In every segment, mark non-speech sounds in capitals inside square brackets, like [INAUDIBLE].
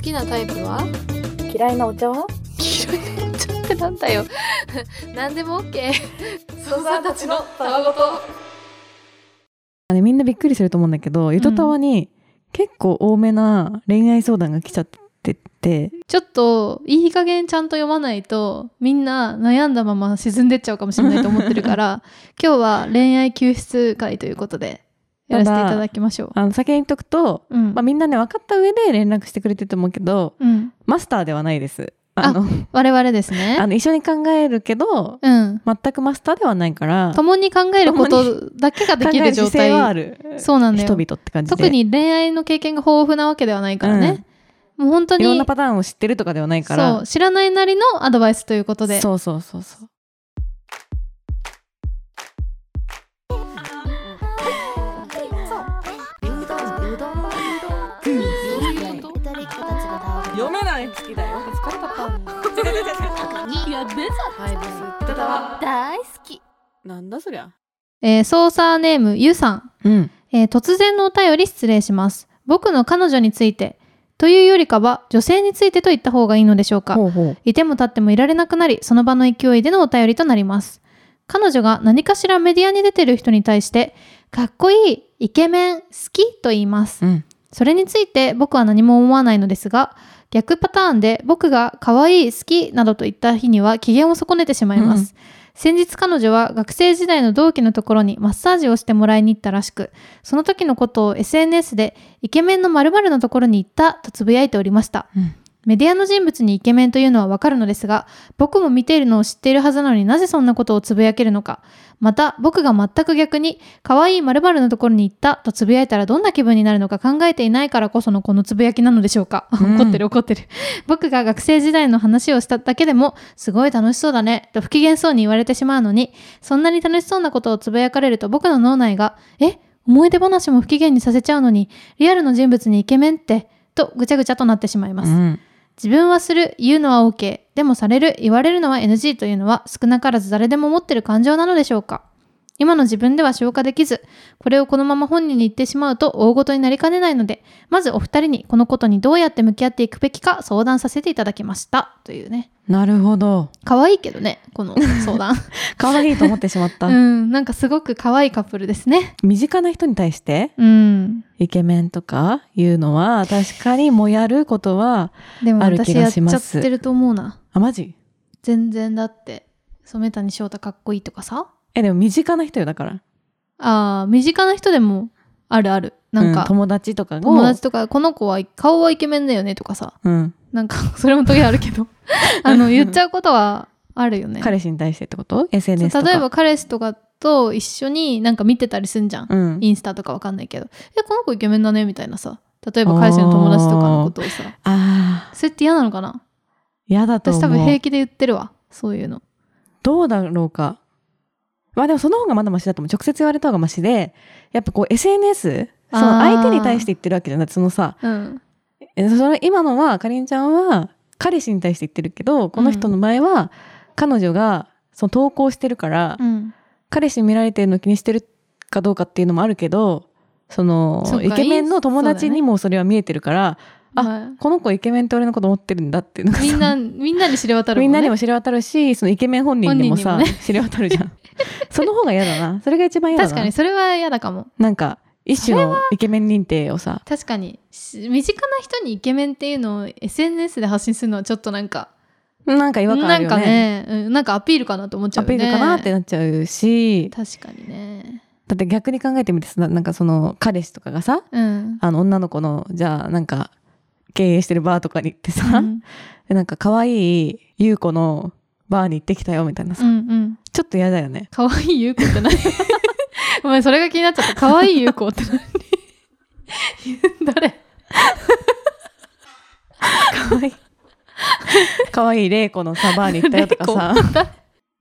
きなタイプは嫌いなお茶は黄色いなちょっとなんだよ何でも OK ソーザサーーたたちちののたわご [LAUGHS] とあれみんなびっくりすると思うんだけど、ゆとたわに結構多めな恋愛相談が来ちゃってて、ちょっといい加減ちゃんと読まないとみんな悩んだまま沈んでっちゃうかもしれないと思ってるから [LAUGHS] 今日は恋愛救出会ということでやらせていただきましょう。あの先に言っとくと、うんまあ、みんなね分かった上で連絡してくれてると思うけど、うん、マスターではないです。あの我々ですあね。の一緒に考えるけどうん、全くマスターではないから共に考えることだけがで考きえるる状姿勢はあ態るそうなんだよ人々って感じで特に恋愛の経験が豊富なわけではないからね、もう本当うんいにろんなパターンを知ってるとかではないかそうら知らないなりのアドバイスということでそうそうそうそう読めない好きだよ疲れた大好きなんだそりゃえー、ソーサーネームゆさん、うんえー突然のお便り失礼します僕の彼女についてというよりかは女性についてと言った方がいいのでしょうかほうほういても立ってもいられなくなりその場の勢いでのお便りとなります彼女が何かしらメディアに出てる人に対してかっこいいイケメン好きと言いますうんそれについて僕は何も思わないのですが逆パターンで僕が可愛い好きなどと言った日には機嫌を損ねてしまいます、先日彼女は学生時代の同期のところにマッサージをしてもらいに行ったらしくその時のことを SNS でイケメンの〇〇のところに行ったとつぶやいておりました、うんメディアの人物にイケメンというのはわかるのですが僕も見ているのを知っているはずなのになぜそんなことをつぶやけるのかまた僕が全く逆に可愛い〇〇のところに行ったとつぶやいたらどんな気分になるのか考えていないからこそのこのつぶやきなのでしょうか、うん怒ってる怒ってる僕が学生時代の話をしただけでもすごい楽しそうだねと不機嫌そうに言われてしまうのにそんなに楽しそうなことをつぶやかれると僕の脳内がえ思い出話も不機嫌にさせちゃうのにリアルの人物にイケメンってとぐちゃぐちゃとなってしまいます、うん自分はする言うのは OK でもされる言われるのは NG というのは少なからず誰でも持ってる感情なのでしょうか今の自分では消化できずこれをこのまま本人に言ってしまうと大ごとになりかねないのでまずお二人にこのことにどうやって向き合っていくべきか相談させていただきましたというねなるほ [LAUGHS] ど可愛いけどねこの [LAUGHS] 相談可愛いと思ってしまった、うんなんかすごく可愛いカップルですね身近な人に対してうんイケメンとかいうのは確かにもやることはでもある気私やがっちしゃますってると思うなあマジ全然だって染谷翔太かっこいいとかさえでも身近な人よだからああ身近な人でもあるあるなんか、う友達とかが友達とかこの子は顔はイケメンだよねとかさうん、なんか [LAUGHS] それも時あるけど [LAUGHS] あの言っちゃうことはあるよね彼氏に対してってことそう SNS とか例えば彼氏とかと一緒になんか見てたりすんじゃん、うん、インスタとかわかんないけど「えこの子イケメンだね」みたいなさ例えば彼氏の友達とかのことをさああそれって嫌なのかな嫌だと思私う多分平気で言ってるわそういうのどうだろうかまあでもその方がまだマシだと思う直接言われた方がマシでやっぱこう SNS そのあー相手に対して言ってるわけじゃなくてそのさうんえその今のはかりんちゃんは彼氏に対して言ってるけどこの人の前は彼女がその投稿してるから、うん彼氏に見られてるの気にしてるかどうかっていうのもあるけどそのそっイかケメンの友達にもそれは見えてるから、あまあこの子イケメンって俺のこと思ってるんだっていうのがさみんなみんなに知れ渡るみんもんなねにも知れ渡るしそのイケメン本人にもさ本人に知れ渡るじゃんその方が嫌だなそれが一番嫌だな確かにそれは嫌だかもなんか一種のイケメン認定をさ確かにし身近な人にイケメンっていうのを SNS で発信するのはちょっとなんか、なんか違和感あなるんよかねね、うん、なんかアピールかなと思っちゃアうよねピールかなってなっちゃうし確かにねだって逆に考えてみてさなんかその彼氏とかがさうんあの女の子のじゃあなんか経営してるバーとかに行ってさ、うんでなんか可愛い優子のバーに行ってきたよみたいなさ、うんうんちょっと嫌だよね可愛い優子って何 [LAUGHS] お前それが気になっちゃった可愛い優子って [LAUGHS] 何誰可愛い [LAUGHS] 可愛い玲子のさバーに行ったよとかさ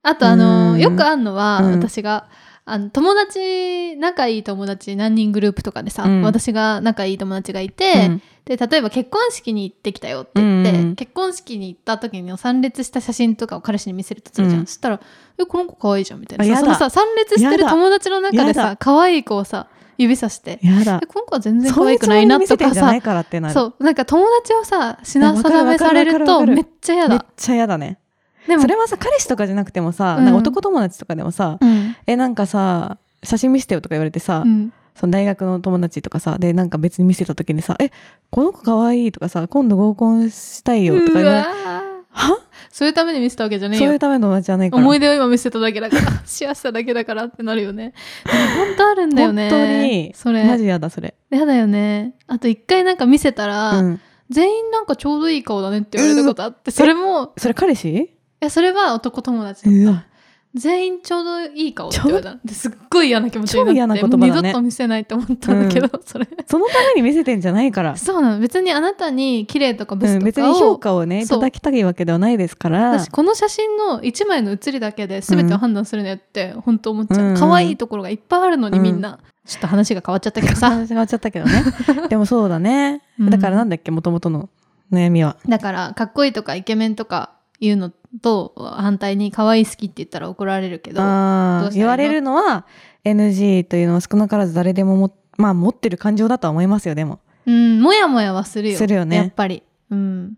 あとあうのんよくあんのは、うん私があの友達仲いい友達何人グループとかでさ、うん私が仲いい友達がいて、うんで例えば結婚式に行ってきたよって言って、うん結婚式に行った時に参列した写真とかを彼氏に見せるとするじゃん、うんそしたら「えこの子可愛いじゃん」みたいあなやさだそのさ参列してやるだ友達の中でやさだ可愛い子をさ指さして。やだで。今回は全然可そうい愛うつもくなりいでな見せとてんかじゃなさい。からってなる。そう。なんか友達をさ、品わかる定めされわかるるわとかるめっちゃ嫌めっだ。ちゃ嫌だね。でもそ、れはさ彼氏とかじゃなくてもさ、うんなんか男友達とかでもさ、うん。えなんかさ写真見せてよとか言われてさ、うんその大学の友達とかさでなんか別に見せた時にさ「えこの子可愛いとかさ「今度合コンしたいよ」とか言うわれてわーはそういうために見せたわけじゃねえそういよう。ための友達じゃないから思い出を今見せただけだから、 [LAUGHS] 幸せだけだからってなるよね。でも本当あるんだよね。本当にそれ。マジやだそれ、やだよね。あと一回なんか見せたら、うん、全員なんかちょうどいい顔だねって言われたことあって、それも、それ彼氏いや、それは男友達だっうた。わ全員ちょうどいい顔って言われた。ですっごい嫌な気持ちになって、超嫌な言葉だもねう二度と見せないって思ったんだけど、それ。そのために見せてんじゃないから、そうなの。別にあなたに綺麗とかブうスん、と別かに評を、価をねいたそうだきたいわけではないですから私この写真の一枚の写りだけで全てを判断するねって本当思っちうんゃうう。ん可愛いところがいっぱいあるのにみんな。ちょっと話が変わっちゃったけどさ。話変わっちゃったけどね [LAUGHS] でもそうだねうんだからなんだっけもともとの悩みはだから、かっこいいとかイケメンとか言うのと反対に可愛い好きって言ったら怒られるけど、あどーうしたらいいの言われるのは NG というのは少なからず誰でもも、まあ、持ってる感情だとは思いますよでもうん、もやもやはするよ。するよねやっぱり。うん。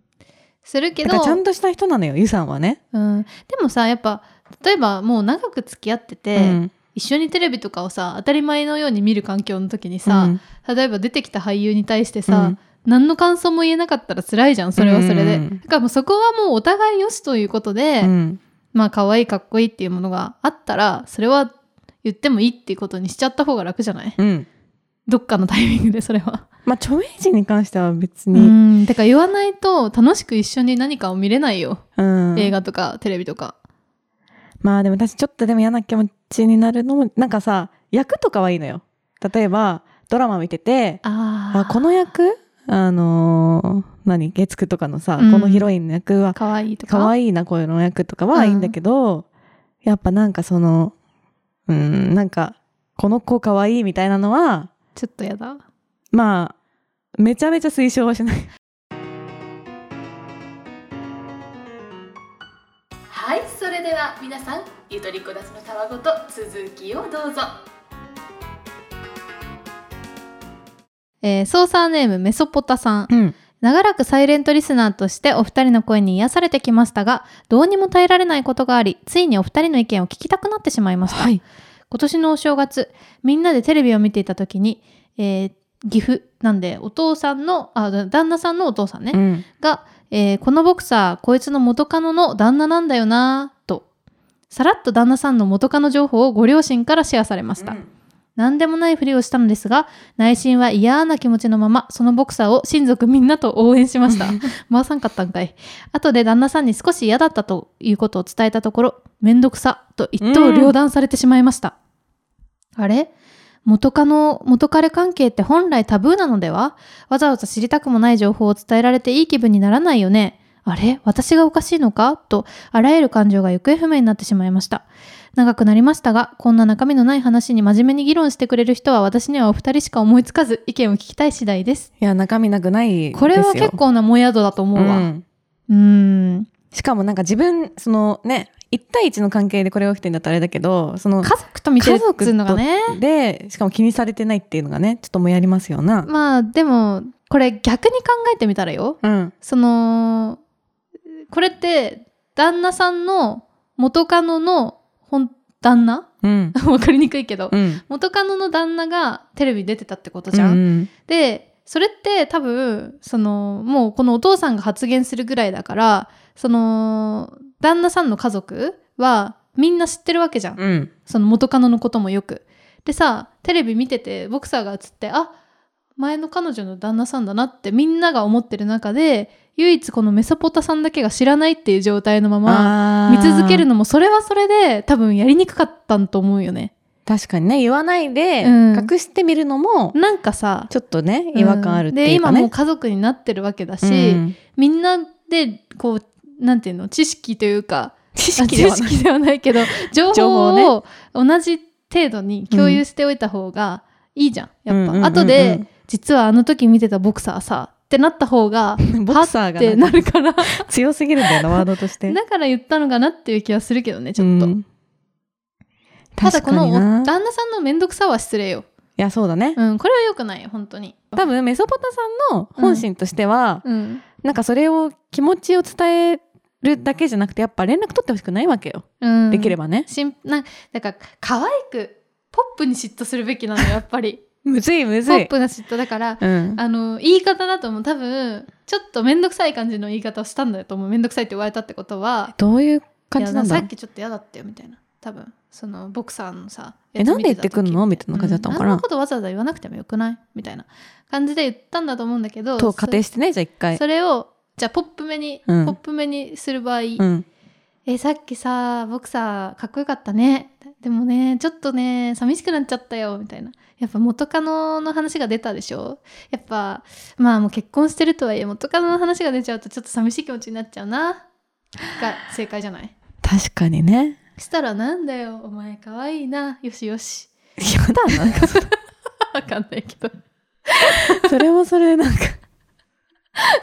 するけだどから、ちゃんとした人なのよゆさんはね、うん、でもさ、やっぱ、例えばもう長く付き合ってて、うん一緒にテレビとかをさ、当たり前のように見る環境の時にさ、うん例えば出てきた俳優に対してさ、うん何の感想も言えなかったら辛いじゃん、それはそれで。うんうんうんだからもうそこはもうお互いよしということで、うんまあ可愛いかっこいいっていうものがあったら、それは言ってもいいっていうことにしちゃった方が楽じゃない [LAUGHS] うんどっかのタイミングでそれは。まあ著名人に関しては別うに、ん、てか言わないと楽しく一緒に何かを見れないよ、うん映画とかテレビとかまあでも私ちょっとでも嫌な気持ちになるのもなんかさ役とかはいいのよ例えばドラマ見ててああこの役あのー何月9とかのさ、うんこのヒロインの役は可愛いとか可い愛いな声の役とかはいいんだけど、やっぱなんかそのうんなんかこの子可愛いみたいなのはちょっとやだまあめちゃめちゃ推奨はしないはいそれでは皆さんゆとりこだつのたわごと続きをどうぞえー、操作ネームメソポタさんうん長らくサイレントリスナーとしてお二人の声に癒されてきましたがどうにも耐えられないことがありついにお二人の意見を聞きたくなってしまいました、い今年のお正月みんなでテレビを見ていた時に、えー、岐阜なんでお父さんのあ旦那さんのお父さんね、うんが、えーこのボクサーこいつの元カノの旦那なんだよなぁとさらっと旦那さんの元カノ情報をご両親からシェアされました、何でもないふりをしたのですが内心は嫌な気持ちのままそのボクサーを親族みんなと応援しました回さんかったんかい後で旦那さんに少し嫌だったということを伝えたところめんどくさと一刀両断されてしまいました、あれ元カノ元彼関係って本来タブーなのではわざわざ知りたくもない情報を伝えられていい気分にならないよねあれ私がおかしいのかとあらゆる感情が行方不明になってしまいました長くなりましたがこんな中身のない話に真面目に議論してくれる人は私にはお二人しか思いつかず意見を聞きたい次第ですいや中身なくないですよこれは結構なもやどだと思うわうんうーんしかもなんか自分そのね一対一の関係でこれが起きてんだったらあれだけどその家族と見てるっつうのがねでしかも気にされてないっていうのがねちょっともやりますよな、まあでもこれ逆に考えてみたらようんそのこれって旦那さんの元カノの本旦那 [LAUGHS] うんわかりにくいけど、うん元カノの旦那がテレビ出てたってことじゃん。うんでそれって多分そのもうこのお父さんが発言するぐらいだからその旦那さんの家族はみんな知ってるわけじゃん、うんその元カノのこともよく。でさテレビ見ててボクサーが映ってあ前の彼女の旦那さんだなってみんなが思ってる中で唯一このメソポタさんだけが知らないっていう状態のままま見続けるのもそれはそれで多分やりにくかったんと思うよね。確かにね言わないで、うん隠してみるのもなんかさちょっとね違和感あるってでいうか今ね、もう家族になってるわけだし、うんみんなでこうなんていうの知識というか知あ識では知ない識ではないけ [LAUGHS] ど情情報報ををね同じ程度に共有しておいた方がいいじゃんやっぱ、うんうんうんうん後で実はあの時見てたボクサーさってなった方が [LAUGHS] ボクサーはがってなんなかるから強すぎるんだよなワードとしてだから言ったのかなっていう気はするけどねちょっと、うんただこ確かにのな旦那さんの面倒くさは失礼よいやそうだね、うん、これは良くないよ本当に。多分メソポタさんの本心としては、うん、なんかそれを気持ちを伝えるだけじゃなくてやっぱ連絡取ってほしくないわけよ、うん、できればねしんなんだから可愛くポップに嫉妬するべきなのよやっ [LAUGHS] ぱりむずいむポずッいプな嫉妬だからうんあの言い方だともう多分ちょっと面倒くさい感じの言い方をしたんだと思う面倒くさいって言われたってことはどういう感じなんいやださっきちょっと嫌だったよみたいな多分そのボクサーのさえなんで言ってくんのみたいな感じだったのかなうんあんなことわざわざ言わなくてもよくないみたいな感じで言ったんだと思うんだけどと仮定してねじゃあ一回そそれをじゃあポップめに、うんポップめにする場合、うんえさっきさボクサーかっこよかったねでもねちょっとね寂しくなっちゃったよみたいなやっぱ元カノの話が出たでしょやっぱまあもう結婚してるとはいえ元カノの話が出ちゃうとちょっと寂しい気持ちになっちゃうなが正解じゃない確かにねしたらなんだよお前かわいいなよしよしやだなんかわかんないけどそれもそれでなんか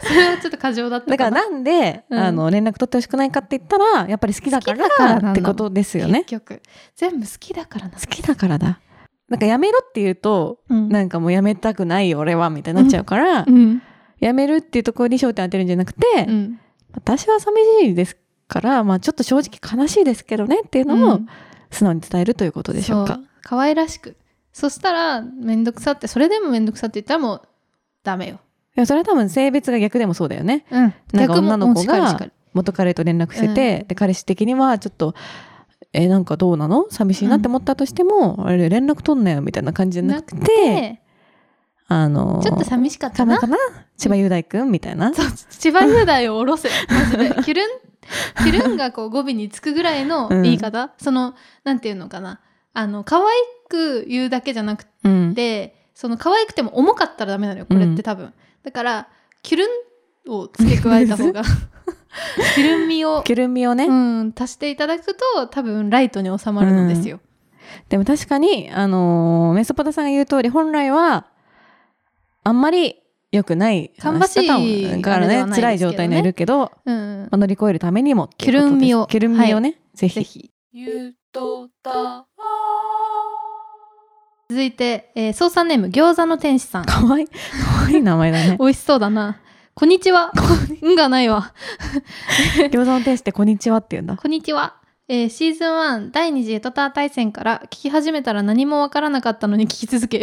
それはちょっと過剰だっただからかななんで、うんあの連絡取ってほしくないかって言ったらやっぱり好きだから好きだからなのってことですよね結局全部好きだからな好きだからだなんかやめろって言うとうんなんかもうやめたくないよ俺はみたいになっちゃうから、うんやめるっていうところに焦点当てるんじゃなくて、うん私は寂しいですから、まあ、ちょっと正直悲しいですけどねっていうのうをん素直に伝えるということでしょうか。そう可愛らしくそしたら面倒くさってそれでも面倒くさって言ったらもうダメよ、でもそれは多分性別が逆でもそうだよね。うん、なんか女の子逆もしっかりしっかがり元彼と連絡してて、で彼氏的にはちょっとえなんかどうなの寂しいなって思ったとしても、あれ連絡取んなよみたいな感じじゃなくてであのちょっと寂しかったたまなかな千葉雄大君みたいな。そう千葉雄大を下ろせマジでキュルンキュルンがこう語尾につくぐらいのうん言い方、そのなんていうのかなあの可愛く言うだけじゃなくうんてその可愛くても重かったらダメなのよこれって多分、だからキュルンを付け加えた [LAUGHS] 方がキュルン味をキュルミをね、うん、足していただくと多分ライトに収まるのですよ。でも確かに、あのーメソポタさんが言う通り本来はあんまり良くない芳しい話し方をだからあれではねないですけどね辛い状態にいるけど、うんまあ乗り越えるためにもっていうことですきゅるみをきゅるみをね、ぜひぜひ。ゆとた続いて、えー、操作ネーム餃子の天使さん。かわいいかわいい名前だ [LAUGHS] ね美味しそうだな。こんにちは。うんがないわ。餃子の天使ってこんにちはって言うんだこんにちは。えーシーズン1第2次エトター大戦から聞き始めたら何もわからなかったのに聞き続け、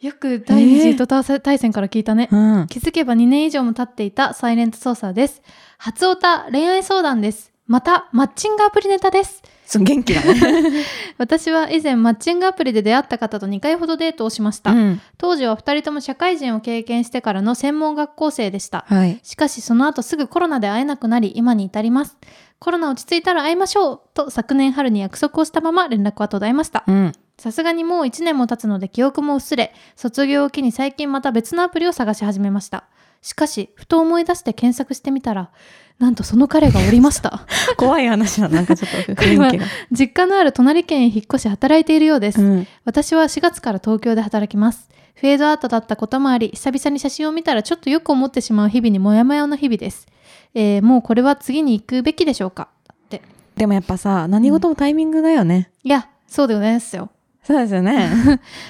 えよく第2次エトター大戦から聞いたね。うん気づけば2年以上も経っていたサイレント操作です。初オタ恋愛相談です。またマッチングアプリネタです。そう元気だね、私は以前マッチングアプリで出会った方と2回ほどデートをしました、うん当時は2人とも社会人を経験してからの専門学校生でしたはいしかしその後すぐコロナで会えなくなり今に至りますコロナ落ち着いたら会いましょうと昨年春に約束をしたまま連絡は途絶えましたうんさすがにもう1年も経つので記憶も薄れ卒業を機に最近また別のアプリを探し始めましたしかしふと思い出して検索してみたらなんとその彼がおりま [LAUGHS] した怖い話だなんかちょっ [LAUGHS] とこれ雰は囲気が、実家のある隣県へ引っ越し働いているようです、うん、私は4月から東京で働きますフェードアウトだったこともあり久々に写真を見たらちょっとよく思ってしまう日々にモヤモヤの日々です、えーもうこれは次に行くべきでしょうかだってでもやっぱさ何事もタイミングだよね、いやそうでございますよそうですよね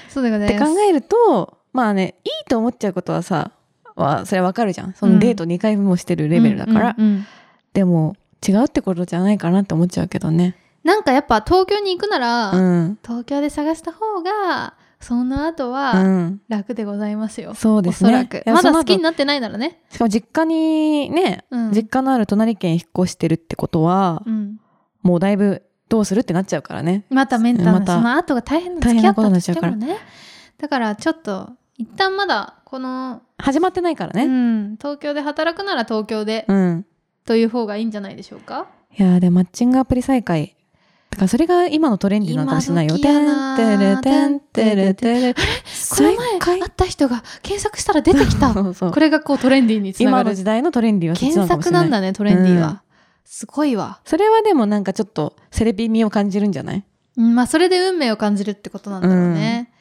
そうでござっいてま考すえるとまあねいいと思っちゃうことはさはそれはわかるじゃんそのデート2回もしてるレベルだから、うんうんうんでも違うってことじゃないかなって思っちゃうけどねなんかやっぱ東京に行くなら、うん、東京で探した方がその後うはん、楽でございますよ、そうでおすそらねくいやまだその好後きになってないならね、しかも実家にね、うん、実家のある隣県引っ越してるってことは、うんもうだいぶどうするってなっちゃうからねまたメンタルまのたその後が大変な付き合ったとしても大変ねだからちょっと一旦まだこの、始まってないからうねん、東京で働くなら東京でうん、という方がいいんじゃないでしょうかいやーでマッチングアプリ再開だからそれが今のトレンディーなのかもしれないよ。今時やなてんてれてんてれてれ。この前会った人が検索したら出てきたそうそうこれがこうトレンディーにつなが今るの時代のトレンディーはそっち検のかもしれ索なないんだねトレンディーは、うんすごいわそれはでもなんかちょっとセレビ味を感じるんじゃないうんまあそれで運命を感じるってことなんだろうね、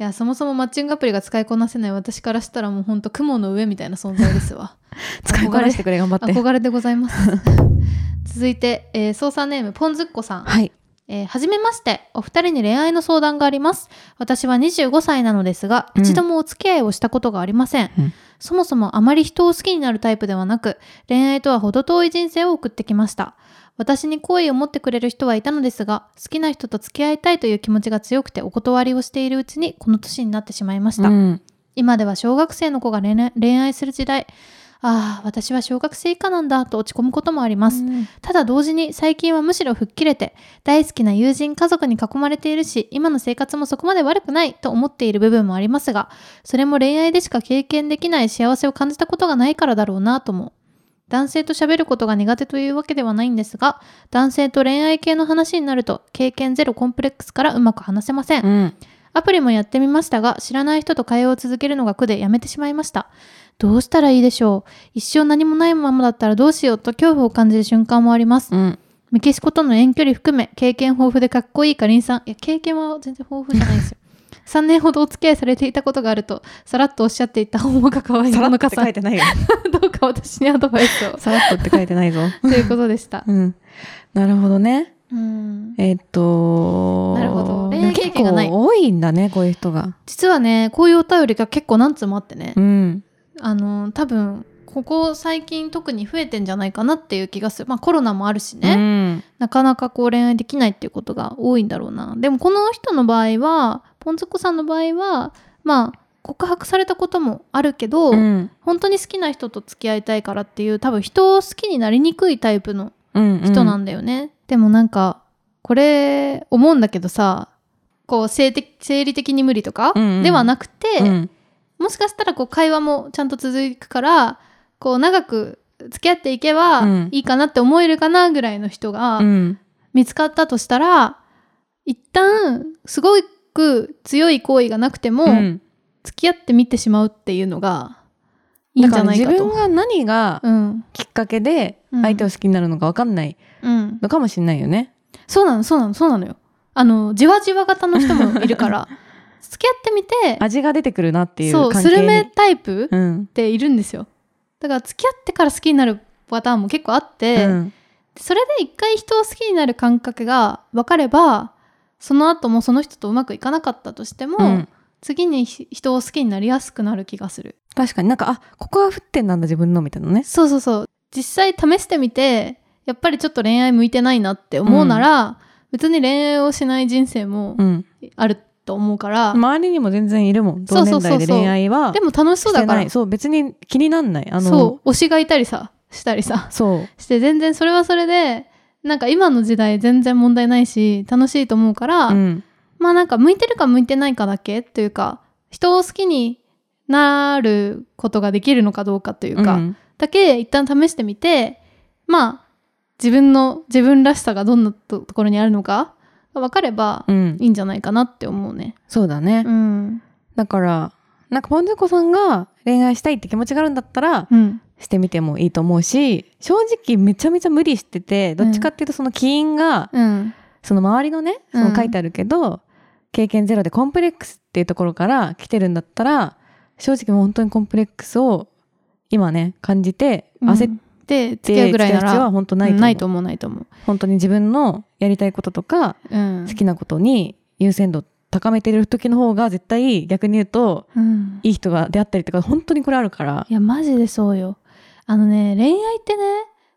いやそもそもマッチングアプリが使いこなせない私からしたらもうほんと雲の上みたいな存在ですわ使いこなしてくれ頑張って [LAUGHS] 憧れでございます続いて、えー、操作ネームポンズッコさん、はいえー、はじめまして、お二人に恋愛の相談があります。私は25歳なのですが、うん一度もお付き合いをしたことがありません。うんそもそもあまり人を好きになるタイプではなく、恋愛とは程遠い人生を送ってきました。私に好意を持ってくれる人はいたのですが、好きな人と付き合いたいという気持ちが強くてお断りをしているうちに、この年になってしまいました。うん今では小学生の子が恋愛恋愛する時代、ああ、私は小学生以下なんだと落ち込むこともあります。ただ同時に最近はむしろ吹っ切れて大好きな友人家族に囲まれているし今の生活もそこまで悪くないと思っている部分もありますがそれも恋愛でしか経験できない幸せを感じたことがないからだろうなとも男性と喋ることが苦手というわけではないんですが男性と恋愛系の話になると経験ゼロコンプレックスからうまく話せませんうんアプリもやってみましたが、知らない人と会話を続けるのが苦でやめてしまいました。どうしたらいいでしょう一生何もないままだったらどうしようと恐怖を感じる瞬間もあります。うんメキシコとの遠距離含め、経験豊富でかっこいいかりんさん。いや、経験は全然豊富じゃない [LAUGHS] ですよ。3年ほどお付き合いされていたことがあると、さらっとおっしゃっていた本物が可愛いさらのっとかってさ書いん。て [LAUGHS] ないよどうか私にアドバイス [LAUGHS] を。さらっとって書いてないぞということでした。うんなるほどねうん。えーっとなるほど恋愛経結験が構ない多いんだねこういう人が実はね、こういうお便りが結構何通もあってね。うんあの多分ここ最近特に増えてんじゃないかなっていう気がするまあコロナもあるしね、うんなかなかこう恋愛できないっていうことが多いんだろうなでもこの人の場合はポンズコさんの場合はまあ告白されたこともあるけど、うん本当に好きな人と付き合いたいからっていう多分人を好きになりにくいタイプのうん人なんだよね、でもなんかこれ思うんだけどさこう性的生理的に無理とかうんうんではなくて、うんもしかしたらこう会話もちゃんと続くからこう長く付き合っていけばうんいいかなって思えるかなぐらいの人がうん見つかったとしたら、一旦すごく強い好意がなくてもうん付き合ってみてしまうっていうのがいいだんじかゃらない自かと。分が何がうんきっかけでうん相手を好きになるのか分かんないうん、のかもしれないよね。そうなのそうなのそうなのよ。あのじわじわ型の人 [LAUGHS] もいるから付き合ってみて味が出てくるなっていうそ関う係に。スルメタイプ、うんっ。ているんですよだから付き合ってから好きになるパターンも結構あって、うんそれで一回人を好きになる感覚が分かればその後もその人とうまくいかなかったとしても、うん次にひ人を好きになりやすくなる気がする確かになんかあここが沸点なんだ自分のみたいなね。そうそうそう実際試してみてやっぱりちょっと恋愛向いてないなって思うなら、別に恋愛をしない人生もうん。あると思うから、周りにも全然いるもん。そ同うそうそ年うそう代で恋愛はでも楽しそうしだてかならい。そう別に気になんない。あのそう推しがいたりさしたりさ [LAUGHS] そうして全然それはそれでなんか今の時代全然問題ないし楽しいと思うから、うんまあなんか向いてるか向いてないかだけというか人を好きになることができるのかどうかというか、うんだけ一旦試してみてまあ自分の自分らしさがどんなとところにあるのかが分かればうんいいんじゃないかなって思うね。そうだね。うん、だからなんかポンジュコさんが恋愛したいって気持ちがあるんだったらうん、してみてもいいと思うし正直めちゃめちゃ無理しててどっちかっていうとその起因がうん、その周りのねそうんの書いてあるけど、経験ゼロでコンプレックスっていうところから来てるんだったら正直もう本当にコンプレックスを今ね感じて焦っで付き合うてぐらいな付き合う必要らは本当ないと思うんう,、ないと思うないと思う。本当に自分のやりたいこととか、うん好きなことに優先度高めてる時の方が絶対逆に言うとうんいい人が出会ったりとか本当にこれあるからいやマジでそうよあのね恋愛ってね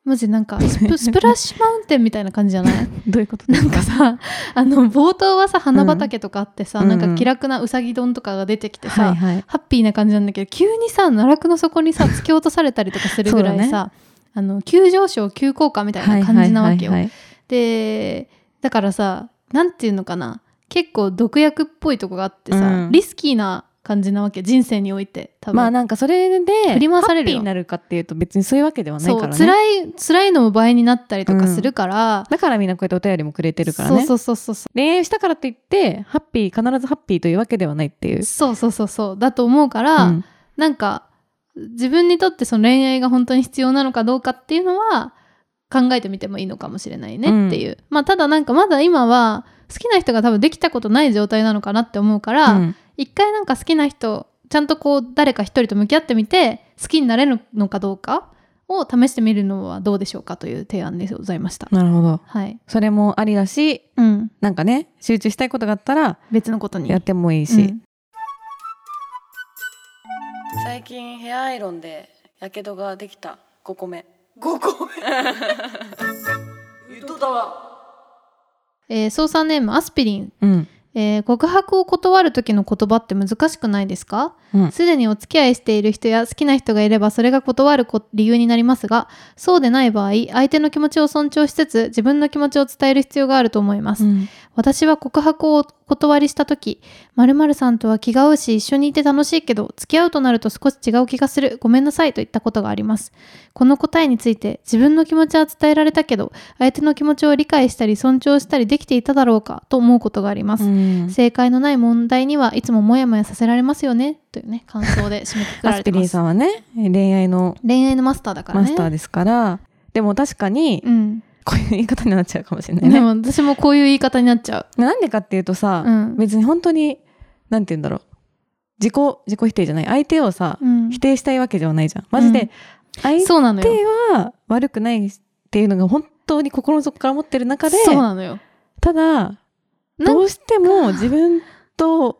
マジなんかス [LAUGHS] プスプラッシュマウンテンみたいな感じじゃないどういうことなんかさあの冒頭はさ花畑とかあってさ、うんなんうんかうん気楽なうさぎ丼とかが出てきて [LAUGHS] はさ、いはいハッピーな感じなんだけど急にさ奈落の底にさ突き落とされたりとかするぐらいそうださ、あの急上昇急降下みたはいいな感じなわけよ。はいはいでだからさなんていうのかな結構毒薬っぽいとこがあってさ、うんリスキーな感じなわけ人生において多分。まあなんかそれで振り回されハッるピよーになるかっていうと別にそういうわけではないからねそう辛い辛いのも倍になったりとかするから、だからみんなこうやってお便りもくれてるからねそうそうそうそう恋愛したからといってハッピー必ずハッピーというわけではないっていう、そうそうそうそうだと思うかうら、んなんか自分にとってその恋愛が本当に必要なのかどうかっていうのは考えてみてもいいのかもしれないねっていう、まあただなんかまだ今は好きな人が多分できたことない状態なのかなって思うから、うん一回なんか好きな人ちゃんとこう誰か一人と向き合ってみて好きになれるのかどうかを試してみるのはどうでしょうかという提案でございました。なるほどはい。それもありだしうん。なんかね集中したいことがあったら別のことに。やってもいいし、うん最近ヘアアイロンでやけどができた5個目5個目言っとったわえー、操作ネームアスピリン、うんえー告白を断る時の言葉って難しくないですかうんすで、にお付き合いしている人や好きな人がいればそれが断るこ理由になりますがそうでない場合相手の気持ちを尊重しつつ自分の気持ちを伝える必要があると思います、うん私は告白をお断りした時〇〇さんとは気が合うし一緒にいて楽しいけど付き合うとなると少し違う気がするごめんなさいといったことがありますこの答えについて自分の気持ちは伝えられたけど相手の気持ちを理解したり尊重したりできていただろうかと思うことがあります、うん正解のない問題にはいつもモヤモヤさせられますよねというね感想で締めくくアらスピれてリまンすさんはね恋愛の恋愛のマスターだからマねスターですから、でも確かにうん、こういう言い方になっちゃうかもしれないでね、も私もこういう言い方になっちゃなんでかっていうとさう、、うん別に本当になんて言うんだろう自己自己否定じゃない相手をさ、うん否定したいわけではないじゃんマジで、うん相手そうなのよは悪くないっていうのが本当に心の底から持ってる中でそうなのよただかどうしても自分と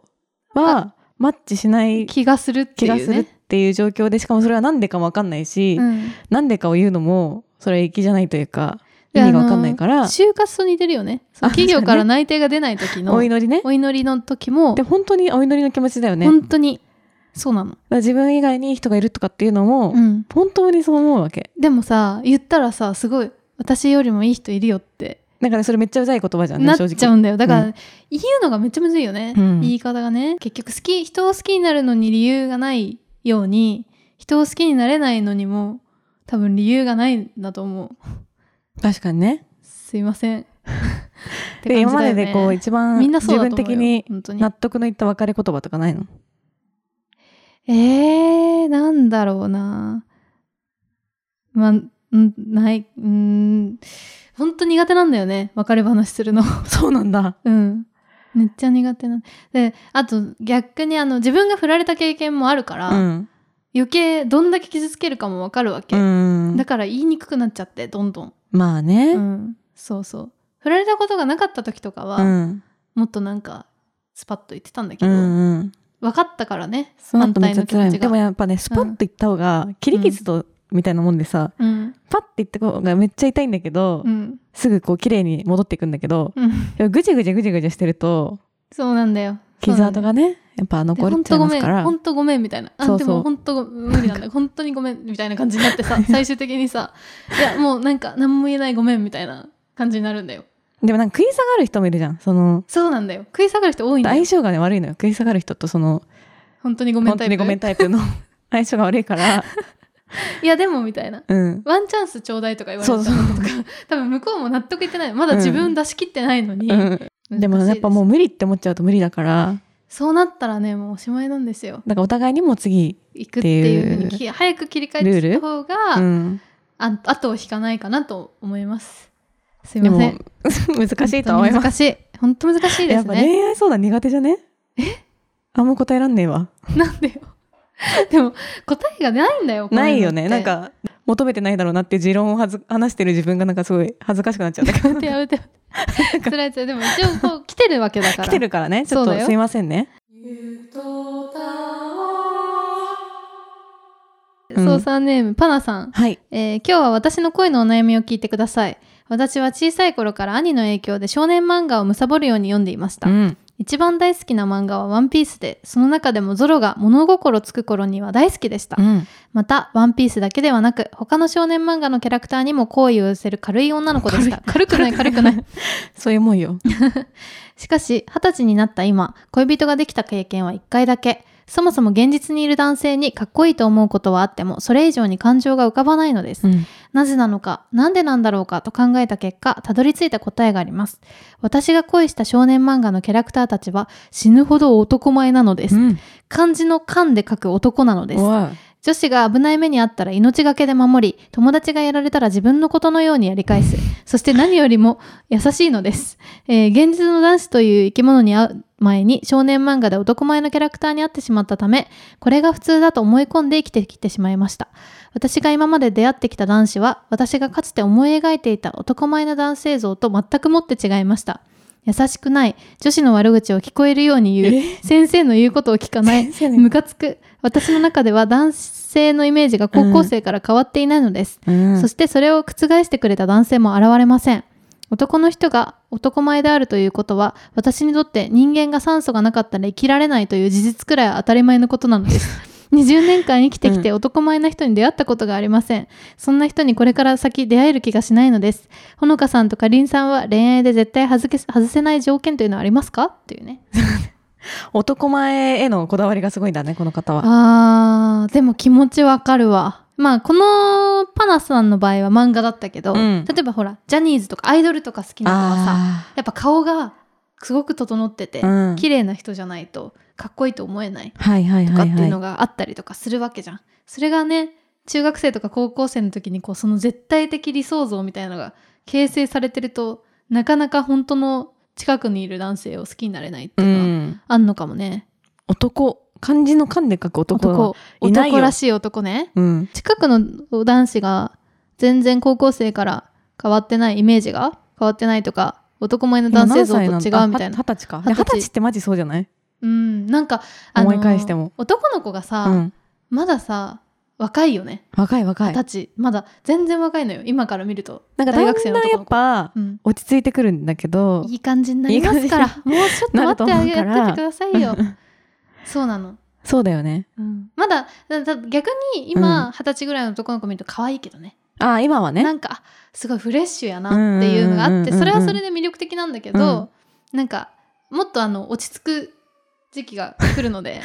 はマッチしない気がするって気いうがねするっていう状況でしかもそれは何でかも分かんないし、うんなんでかを言うのもそれは粋じゃないというかで意味が分かんないからあの就活と似てるよねそのあ企業そうかだら内定が出ない時のお祈りねお祈りの時もで本当にお祈りの気持ちだよねだか本当にそうなの、ら自分以外にいい人がいるとかっていうのも、うん、本当にそう思うわけでもさ言ったらさすごい私よりもいい人いるよってだからそれめっちゃうざい言葉じゃんねなっ正直ちゃうんだよだから、う言うのがめっちゃむずいよね、うん言い方がね結局好き人を好きになるのに理由がないように人を好きになれないのにも多分理由がないんだと思う確かにねすい [LAUGHS] ませんってで感今じまだよでねでこう一番みんなそう自分だと思う的よに本当に納得のいった別れ言葉とかない [LAUGHS] のえー、なんだろうな。まあ、んない、うん、本当苦手なんだよね。別れ話するの。そうなんだうん。めっちゃ苦手な。で、あと逆にあの自分が振られた経験もあるから、うん余計どんだけ傷つけるかもわかるわけ、うんだから言いにくくなっちゃって、どんどん。まあねうん。そうそう。振られたことがなかった時とかは、うんもっとなんか、スパッと言ってたんだけうど、んうん分かったからね、その後反めっ対ちゃの気辛持いちでもが。やっぱねスパッといった方が切り傷とみたいなもんでさうん。パッていった方がめっちゃ痛いんだけどうん。すぐこう綺麗に戻っていくんだけどうん。でもぐちゃぐちゃぐちゃぐちゃしてるとそうなんだよ。傷跡がねやっぱそう残なっんだよでちゃいますか本当ごめらん、本当ごめんみたいな。あそうそうでも本当ご無理なんだよ。本当にごめんみたいな感じになっ [LAUGHS] てさ、最終的にさ、いやもうなんか何も言えないごめんみたいな感じになるんだよ。でもなんか食い下がる人もいるじゃんそのそうなんだよ。食い下がる人多いんだよ相。性がね悪いのよ食い下がる人とその本当にごめん本タ当イプ。にごめんタイプの [LAUGHS] 相性が悪い [LAUGHS] からいやでもみたいな。うんワンチャンスちょうだいとか言われたそりうとそかう、多分向こうも納得いってない。まだ自分出し切ってないのに。うんでもやっぱもう。う無理って思っちゃうと無理だからそうなったらね、もうおしまいなんですよ。だからお互いにもう次行くっていうふうにってき、早く切り替えていった方が、うんあ後を引かないかなと思います。すいでまも [LAUGHS] せん。難しいとは思います本当に難しい。本当難しいでやすっぱね。恋愛相談苦手じゃねあんま答えらんねえわなんでよ。 [LAUGHS] でも答えがないんだよ。こううのっなていよねなん。か求めてないだろうなっていう持論をはず話してる自分がなんかすごい恥ずかしくなっちゃうんだけどやめてやめて。辛い辛い。でも一応こう来てるわけだから。 [LAUGHS] 来てるからねちょっそうとだよすいませんね言っとったわうん操作ネームパナさん。はいえー今日は私の恋のお悩みを聞いてください。私は小さい頃から兄の影響で少年漫画を貪るように読んでいました。うん一番大好きな漫画はワンピースで、その中でもゾロが物心つく頃には大好きでしたう。んまた、ワンピースだけではなく、他の少年漫画のキャラクターにも好意を寄せる軽い女の子でした。軽くない、軽くない。そういうもんよしかし、二十歳になった今、恋人ができた経験は一回だけ。そもそも現実にいる男性にかっこいいと思うことはあっても、それ以上に感情が浮かばないのです。うんなぜなのか、なんでなんだろうかと考えた結果、たどり着いた答えがあります。私が恋した少年漫画のキャラクターたちは死ぬほど男前なのです。うん漢字の漢で書く男なのです。わあ女子が危ない目にあったら命がけで守り友達がやられたら自分のことのようにやり返すそして何よりも優しいのです、えー現実の男子という生き物に会う前に少年漫画で男前のキャラクターに会ってしまったためこれが普通だと思い込んで生きてきてしまいました私が今まで出会ってきた男子は私がかつて思い描いていた男前の男性像と全くもって違いました優しくない女子の悪口を聞こえるように言う先生の言うことを聞かない先生ねムカつく私の中では男性のイメージが高校生から変わっていないのです、うんそしてそれを覆してくれた男性も現れません男の人が男前であるということは私にとって人間が酸素がなかったら生きられないという事実くらいは当たり前のことなのです [LAUGHS] 20年間生きてきて男前な人に出会ったことがありません、そんな人にこれから先出会える気がしないのですほのかさんとかりんさんは恋愛で絶対外け外せない条件というのはありますかっていうね男前へのこだわりがすごいんだねこの方はあーでも気持ちわかるわまあこのパナさんの場合は漫画だったけど、うん例えばほらジャニーズとかアイドルとか好きな子はさやっぱ顔がすごく整ってて、うん綺麗な人じゃないとかっこいいと思えないはいはいとかはっいてはいいうのがあったりとかするわけじゃん、それがね中学生とか高校生の時にこうその絶対的理想像みたいなのが形成されてるとなかなか本当の近くにいる男性を好きになれないってういうのはんあんのかもね、男漢字の漢で書く男は男いないよ男らしい男ねうん近くの男子が全然高校生から変わってないイメージが変わってないとか男前の男性像と違うみた今何い歳なんだあ二十歳か二十二歳十歳ってマジそうじゃないうんなんか、思い返しても男の子がさ、うんまださ若いよね若い若い二十歳まだ全然若いのよ今から見るとなんか大大学学生生のの男やのっ子ぱうん落ち着いてくるんだけどいい感じになりますからいい感もうちょっと待ってあなると思うげからやっててくださいよそうなの、 [LAUGHS] そうだよねうんまだだだ逆に今う二十歳ぐらいの男の子見ると可愛いけどねあー今はなねんかあすごいフレッシュやなっていうのがあってうんうんうんうんうんそれはそれで魅力的なんだけど、なんかもっとあの落ち着く時期が来る [LAUGHS] ので、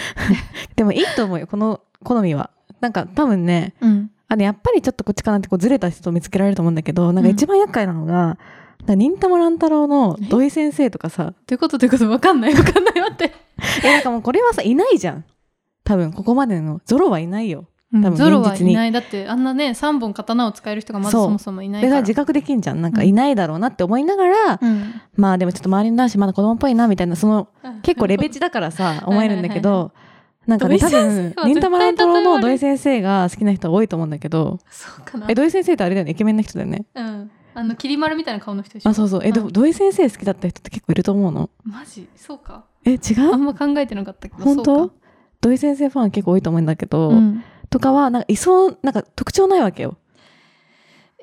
でもいいと思うよこの好みはなんか多分ねうん、あのやっぱりちょっとこっちかなってこうずれた人と見つけられると思うんだけどなんかうん一番厄介なのが、なんか忍たま乱太郎の土井先生とかさということということわかんないわかんない待ってえなんかもうこれはさいないじゃん多分ここまでのゾロはいないよ多分ゾロは現実にいないだってあんなね3本刀を使える人がまずそうそもそもいなでいから自覚できんじゃんなんかいないだろうなって思いながら、うんまあでもちょっと周りの男子まだ子供っぽいなみたいなその結構レベチだからさいはい思えるんだけどなんかね土多井先生は分忍たま乱太郎の絶対土井先生が好きな人多いと思うんだけどそうかなえ土井先生ってあれだよねイケメンな人だよねうんあのきり丸みたいな顔の人でしょあそうそうえ、でもん土井先生好きだった人って結構いると思うのマジそうかえ違あうんま考えてなかったけど本そう当か土井先生ファン結構多いと思うんだけど、うんとかはなんかいそうなんか特徴ないわけよ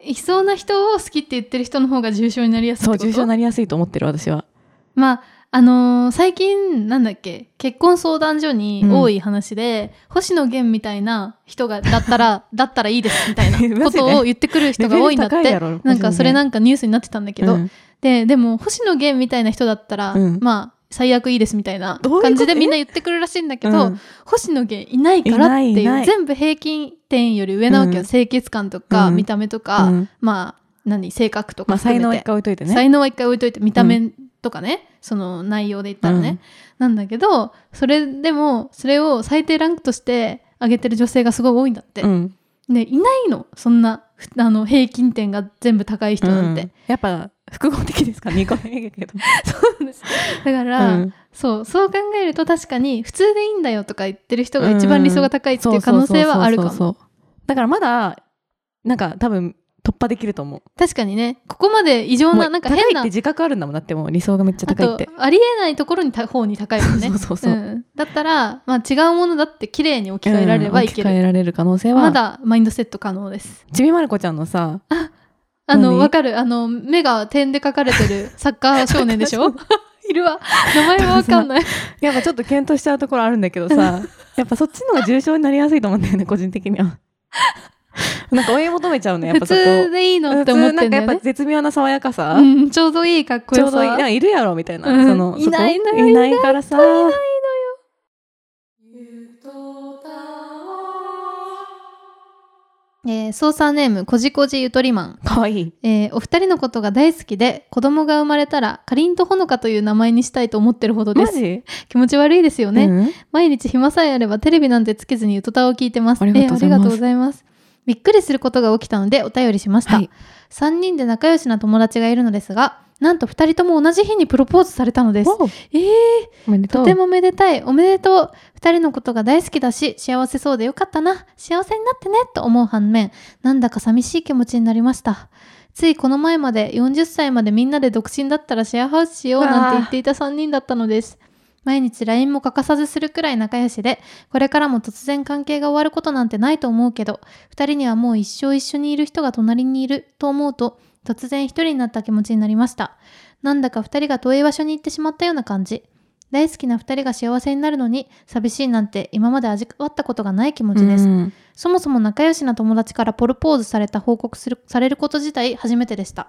いそうな人を好きって言ってる人の方が重症になりやすいってそこうと重症になりやすいと思ってる私はまああのー最近なんだっけ結婚相談所に多い話で、星野源みたいな人がだった [LAUGHS] らだったらいいですみたいなマこジでとを言ってくる人が多いんだっレベル高いてやろなんかそれなんんかニュースになってたんだけど、うんででも星野源みたいな人だったら、うんまあ最悪いいですみたいなどういうこと感じでみんな言ってくるらしいんだけど、うん星野源いないからっていういないいない全部平均点より上なわけよ、うん清潔感とか、うん見た目とか、うんまあ何性格とまかあ含才めて、能は一回置いといてね才能は一回置いといて見た目とかね、その内容で言ったらね、うんなんだけどそれでもそれを最低ランクとして上げてる女性がすごい多いんだって、うんねいないのそんなふあの平均点が全部高い人なんて、うんやっぱ複合的ですか2個目だ [LAUGHS] けどだから、うんそうそう考えると確かに普通でいいんだよとか言ってる人が一番理想が高いっていう可能性はあるそうかそうもそうそうだからまだなんか多分突破できると思う確かにねここまで異常もなうなんか高い変っなて自覚あるんだもんだってもう理想がめっちゃ高いってあとありえないところにた方に高いもんね、[LAUGHS] そうそうそうそうんだったら、まあ、違うものだって綺麗に置き換えられればいけうん置き換える、られる可能性はまだマインドセット可能ですちびまる子ちゃんのさあの何わかるあの目が点で描かれ [LAUGHS] てるサッカー少年でしょいるわ名前はわかんないやっぱちょっと検討しちゃうところあるんだけど [LAUGHS] さやっぱそっちの方が重症になりやすいと思うんだよね個人的には [LAUGHS] なんか追い求めちゃ [LAUGHS] うねやっ普ぱそこ通でいいのって思ってん普通なだんかよやっねぱ絶妙な爽やかさ、うん、ちょうどいいかっこちよょうさどいいなんかいるやろみたいな、うんそのいないのそこよいないからさえー、操作ネームこじこじゆとりマン、かわいい。えーお二人のことが大好きで子供が生まれたらかりんとほのかという名前にしたいと思ってるほどでマすジ気持ち悪いですよね、うん毎日暇さえあればテレビなんてつけずにゆとたわを聞いてますありがとうございますえーありがとうございますびっくりすることが起きたのでお便りしました、はい3人で仲良しな友達がいるのですがなんと2人とも同じ日にプロポーズされたのですおうえー、おめでととう。てもめでたいおめでとう2人のことが大好きだし幸せそうでよかったな幸せになってねと思う反面なんだか寂しい気持ちになりましたついこの前まで40歳までみんなで独身だったらシェアハウスしようなんて言っていた3人だったのです毎日 LINE も欠かさずするくらい仲良しでこれからも突然関係が終わることなんてないと思うけど2人にはもう一生一緒にいる人が隣にいると思うと突然一人になった気持ちになりましたなんだか2人が遠い場所に行ってしまったような感じ大好きな2人が幸せになるのに寂しいなんて今まで味わったことがない気持ちでうす、んそもそも仲良しな友達からプロポーズされた報告するされること自体初めてでした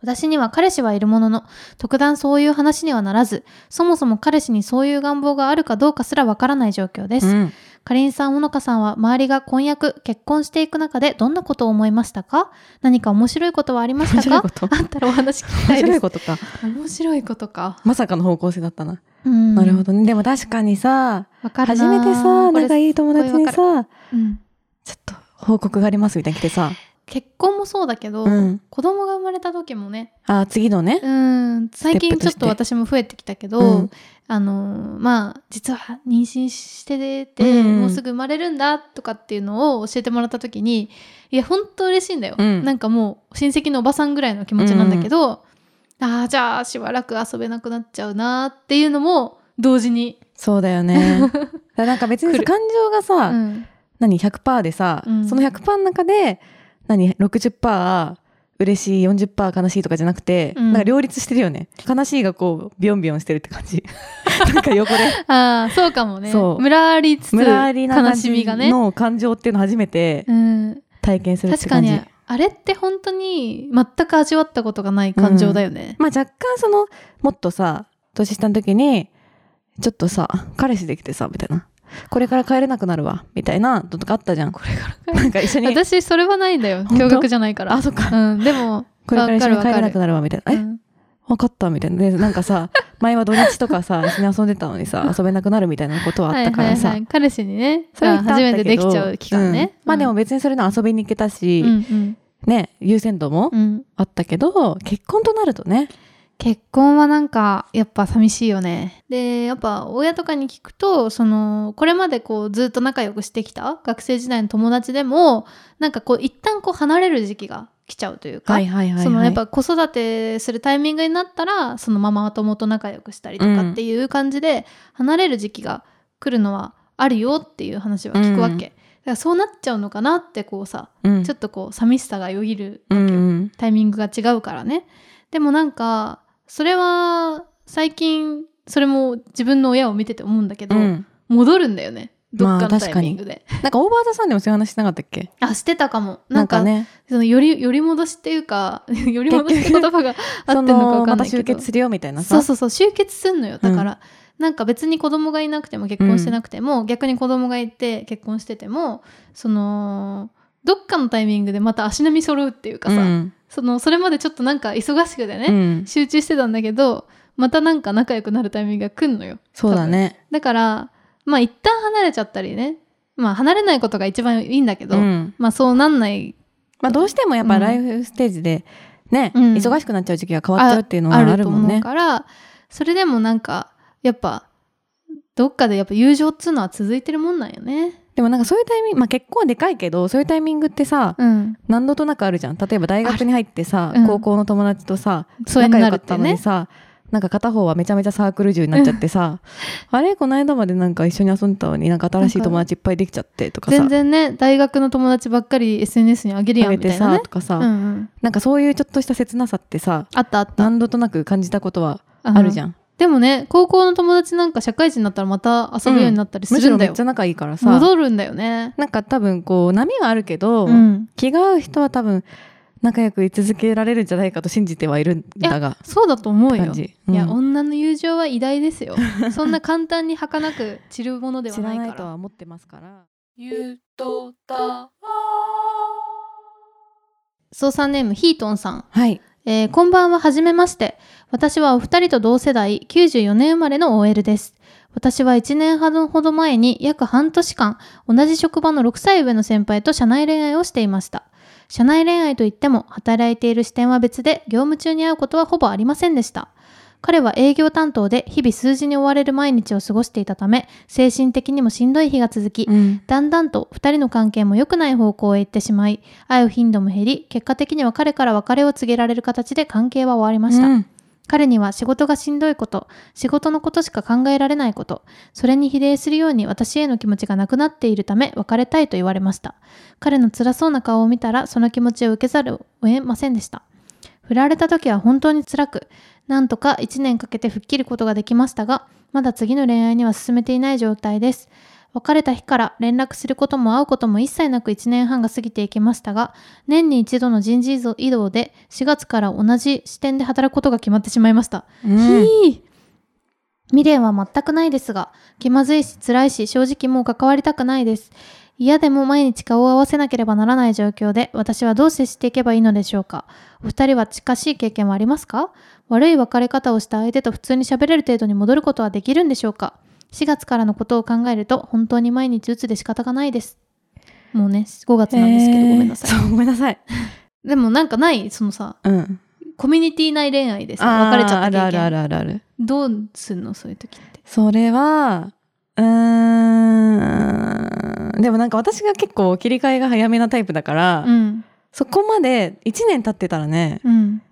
私には彼氏はいるものの特段そういう話にはならずそもそも彼氏にそういう願望があるかどうかすらわからない状況です、うんかりんさん、ほのかさんは周りが婚約、結婚していく中でどんなことを思いましたか何か面白いことはありまし面た白いかことあったらお [LAUGHS] 話聞きた面い白いです。ことか。面白いことか。まさかの方向性だったな。うん、なるほ。どね。でも確かにさ、わかる初なめてさ、これ仲いい友達にすっさ、ごいわかるうんちょっと報告がありますみたいに来てさ、結婚もそうだけど、うん子供が生まれた時もね、あ、次のねう、ん、最ステッ近プとちょしってと私も増えてきたけど、うんあのーまあ実は妊娠してて、うんもうすぐ生まれるんだとかっていうのを教えてもらった時にいや本当嬉しいんだよ、うんなんかもう親戚のおばさんぐらいの気持ちなんだけど、ああじゃあしばらく遊べなくなっちゃうなっていうのも同時に、そうだよね。 [LAUGHS] だからなんか別に来さる感情がさ、うん何100%でさ、うんその100%の中で何60%嬉しい40%悲しいとかじゃなくて、うんなんか両立してるよね悲しいがこうビヨンビヨンしてるって感 [LAUGHS] じなんか横でああそうかもねそうむらりつつムラーリな悲感しじみがね、の感情っていうの初めてうん、体験するっ確てか感じ、にあれって本当に全く味わったことがない感情だよね。まあ若干そのもっとさ年下の時にちょっとさ彼氏できてさみたいなこれから帰れなくなるわみたいなのとかあったじゃんこれからなんか一緒に私それはないんだよ本当驚愕じゃないから。あそっか、うん、でもこれから一緒に帰れなくる。なるわみたいな、えうん分かったみたいなでなんか [LAUGHS] さ前は土日とかさ一緒に遊んでたのにさ遊べなくなるみたいなことはあったからさ、はいはいはい、彼氏にねそれは一旦あ初ったけどめてできちゃう期間ね。うんまあでも別にそれの遊びに行けたし、うんうんね優先度もうんうんあったけど、結婚となるとね結婚はなんかやっぱ寂しいよね。でやっぱ親とかに聞くとそのこれまでこうずっと仲良くしてきた学生時代の友達でもなんかこう一旦こう離れる時期が来ちゃうというか、はいそのやっぱ子育てするタイミングになったらそのママ友と仲良くしたりとかっていう感じで離れる時期が来るのはあるよっていう話は聞くわけ、うんだからそうなっちゃうのかなってこうさ、うんちょっとこう寂しさがよぎるうわけよ、んうんタイミングが違うからねでもなんかそれは最近それも自分の親を見てて思うんだけど、うん戻るんだよねどっまかあの確タイかにミングで、なんかオーバーザさんでもそういう話しなかったっけあ、してたかもななんんかかねそのよりより戻しっていうか [LAUGHS] より戻しって [LAUGHS] 言葉が合そってんのかのわかまんたないけど集結するよみたいなさそうそうそう集結すんのよだから、なんか別に子供がいなくても結婚してなくても、逆に子供がいて結婚しててもそのどっかのタイミングでまた足並み揃うっていうかさ、うんそのそれまでちょっとなんか忙しくでうね、ん、集中してたんだけどまたなんか仲良くなるタイミングが来んのよそうだねだからまあ一旦離れちゃったりねまあ離れないことが一番いいんだけど、うんまあそうなんないまあ、どうしてもやっぱライフステージでね、うん忙しくなっちゃう時期が変わっちゃうっていうのはああるるともん思うねからそれでもなんかやっぱどっかでやっぱ友情っつうのは続いてるもんなんよね。でもなんかそういうタイミング、まあ、結婚はでかいけどそういうタイミングってさ、うん、何度となくあるじゃん例えば大学に入ってさ、あるうん高校の友達とさ、疎遠仲にな良るかっってたのにね。さなんか片方はめちゃめちゃサークル中になっちゃって [LAUGHS] さ、あれこの間までなんか一緒に遊んでたのになんか新しい友達いっぱいできちゃってとかさ全然ね大学の友達ばっかり SNS にあげるあやんげみてたいさ、なね。とかさ、うんうん、なんかそういうちょっとした切なさってさあったあった。何度となく感じたことはああるじゃん。ん、でもね高校の友達なんか社会人になったらまた遊ぶようになったりすむしるろんだめっよち。ゃ仲いいからさ戻るんだよね。なんか多分こう波はあるけど、うん、気が合う人は多分仲良く居続けられるんじゃないかと信じてはいるんだがそうだと思うってよ感。じ、いやうん女の友情は偉大ですよ。そんな簡単に儚く散るもので [LAUGHS] は知ならいなかいらと。は思ってますから。ゆとた操作ネームヒートンさんはい。えーこんばんは、はじめまして。私はお二人と同世代、94年生まれの OL です。私は1年半ほど前に約半年間、同じ職場の6歳上の先輩と社内恋愛をしていました。社内恋愛といっても、働いている視点は別で、業務中に会うことはほぼありませんでした。彼は営業担当で、日々数字に追われる毎日を過ごしていたため、精神的にもしんどい日が続き、うん。だんだんと2人の関係も良くない方向へ行ってしまい会う頻度も減り結果的には彼から別れを告げられる形で関係は終わりました、うん彼には仕事がしんどいこと仕事のことしか考えられないことそれに比例するように私への気持ちがなくなっているため別れたいと言われました彼の辛そうな顔を見たらその気持ちを受けざるを得ませんでした振られた時は本当に辛くなんとか1年かけて吹っ切ることができましたがまだ次の恋愛には進めていない状態です別れた日から連絡することも会うことも一切なく1年半が過ぎていきましたが年に一度の人事異動で4月から同じ支店で働くことが決まってしまいました、うんひー未練は全くないですが気まずいし辛いし正直もう関わりたくないです嫌でも毎日顔を合わせなければならない状況で私はどう接していけばいいのでしょうかお二人は近しい経験はありますか悪い別れ方をした相手と普通に喋れる程度に戻ることはできるんでしょうか4月からのことを考えると本当に毎日鬱で仕方がないですもうね5月なんですけど、ごめんなさいそう、ごめんなさい。でもなんかないそのさうん。コミュニティ内恋愛であさー別れちゃった経験あるあるあるあるある。どうすんのそういう時ってそれは、うーん。でもなんか私が結構切り替えが早めなタイプだから、うんそこまで1年経ってたらね、うん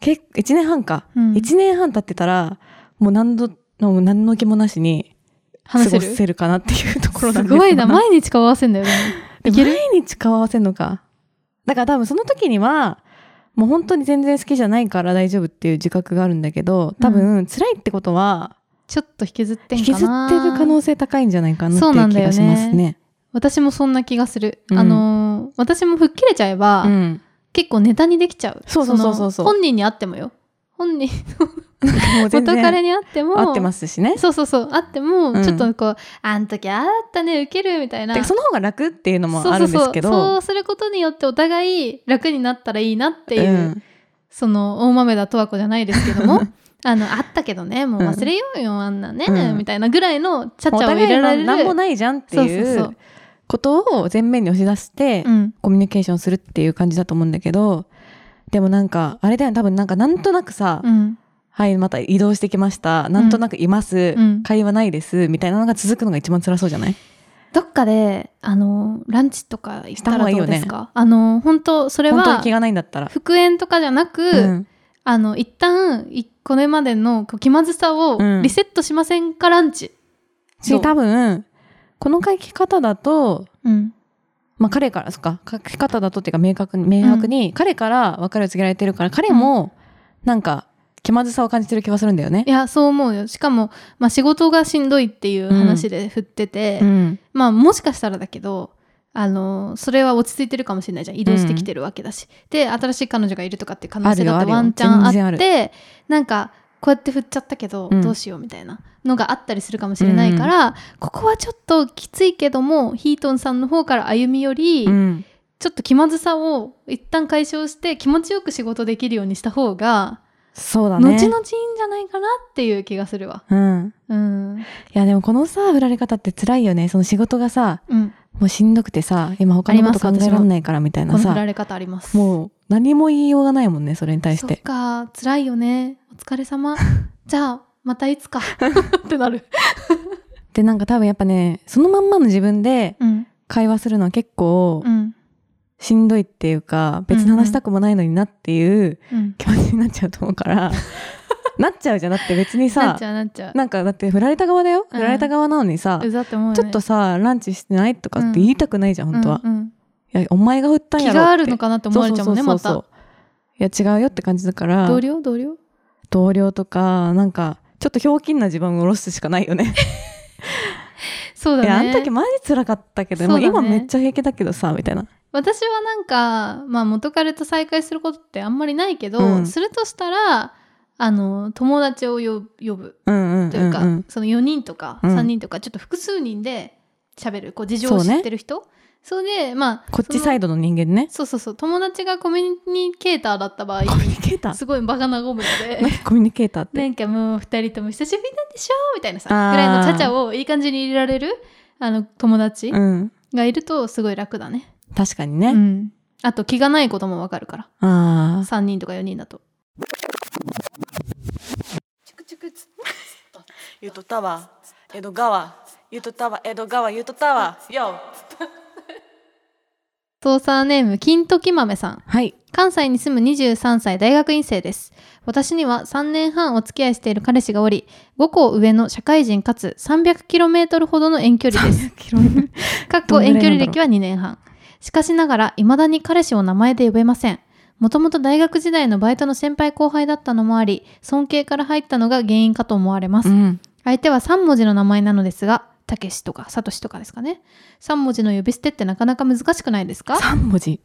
結1年半か。うん1年半経ってたら、もう何度、もう何の気もなしに過話せごるせるかなっていうところなすんですごいな毎日顔合わせんだよねでいける毎日顔合わせんのか。だから多分その時には、もう本当に全然好きじゃないから大丈夫っていう自覚があるんだけど、多分辛いってことは、 [LAUGHS] ちょっと引きずってん引かきなずってる可能性高いんじゃないかなってそういなんう気だよねがしますね。私もそんな気がする、うんあのー私も吹っ切れちゃえば、うん。結構ネタにできちゃうそうそうそうそうそうの本人に会ってもよ本人もう全元然彼に会っても合ってますしね。そうそうそう会っても、うんちょっとこうあん時あったねウケるみたいなてかその方が楽っていうのもあるんですけど。そうそうそうそうすることによってお互い楽になったらいいなっていう、うんその大豆田十和子じゃないですけ [LAUGHS] どもあのあったけどねもう忘れようよ、あんなね、うんみたいなぐらいのちゃおちゃを互入いれられなる何もないじゃんっていそうそうそううことを前面に押し出して、うんコミュニケーションするっていう感じだと思うんだけど、でもなんか、あれだよね、多分なんかなんとなくさ、うんはい、また移動してきました。なんとなくいます。うん会話ないです。みたいなのが続くのが一番辛そうじゃないどっかであのランチとか行ったした方らがいいどようねですかあの本当それ本当には気がないんだったら。復縁とかじゃなく、うんあの一旦いこれまでのこう気まずさをうんリセットしませんか、ランチ、し、多分、この書き方だと、うん、まあ彼から、そっか、書き方だとっていうか明確に、明白に、彼から別れを告げられてるから、彼も、なんか、気まずさを感じてる気がするんだよねい。やそう思うよしかも、まあ、仕事がしんどいっていう話で振ってて、うん。まあもしかしたらだけどあのそれは落ち着いてるかもしれないじゃん移動してきてるわけだし、で新しい彼女がいるとかっていう可能性だあっるてよあワるよンチャンあっ全然あてなんかこうやって振っちゃったけど、うんどうしようみたいなのがあったりするかもしれないから、ここはちょっときついけどもヒートンさんの方から歩みより、うん。ちょっと気まずさを一旦解消して気持ちよく仕事できるようにした方が、そうだ後々いね。いんじゃないかなっていう気がするわ。うん。うん、いや、でもこのさ、振られ方って辛いよね。その仕事がさ、うん、もうしんどくてさ、今他のことあり考ますえられないからみたいこなの振らさ、れ方あります。もう何も言いようがないもんね、それに対し。そってか辛いよねお疲 [LAUGHS] れ様じゃあまたいつかってなるで、なんか多分やっぱね、そのまんまの自分でうん会話するのは結構うんしんどいっていうか、別に話したくもないのになっていううん気持ちになっちゃうと思う [LAUGHS] から、なっちゃうじゃなくて別になっさち、ゃうなっちゃうなんかだって振られた側だよ。うん振られた側なのにさ、うざって思うよねちょっとさ、ランチしてないとかって言いたくないじゃん、本当は。うんうんいや、お前が振ったんやろっ気て。があるのかなって思われちゃうもんねそまうそうそうたそういや違うよって感じだから同僚同僚同僚とかなんかちょっとひょうきんな自分を下ろすしかないよねそう [LAUGHS] だいやあねの時マジ辛かったけど、そもううだね今めっちゃ平気だけどさみたいな私はなんか、まあ、元彼と再会することってあんまりないけど、うんするとしたらあの友達をよ呼ぶうんうんんんというか、その4人とかうん3人とか、ちょっと複数人で喋るこう事情を知ってる人そ,、れでまあこっちサイドドの人間ね。そうそうそう友達がコミュニケーターだった場合コミュニケーター。すごいバカなゴムで何コミュニケーターって。なんかもう二人とも久しぶりなんでしょみたいなさあーぐらいのチャチャをいい感じに入れられるあの友達うん。がいるとすごい楽だね、確かにうね。ん、あと気がないこともわかるからああ。 3人とか4人だとチュクチュクつ。ゆとたわ、江戸川、ゆとたわ、江戸川、ゆとたわ、よ。ソーサーネーム金時豆さんはい。関西に住む23歳大学院生です私には3年半お付き合いしている彼氏がおり5校上の社会人かつ 300km ほどの遠距離ですかっこ遠距離歴は2年半しかしながら未だに彼氏を名前で呼べませんもともと大学時代のバイトの先輩後輩だったのもあり尊敬から入ったのが原因かと思われますうん。相手は3文字の名前なのですがたけしとかさとしとかですかね3文字の呼び捨てってなかなか難しくないですか三文字。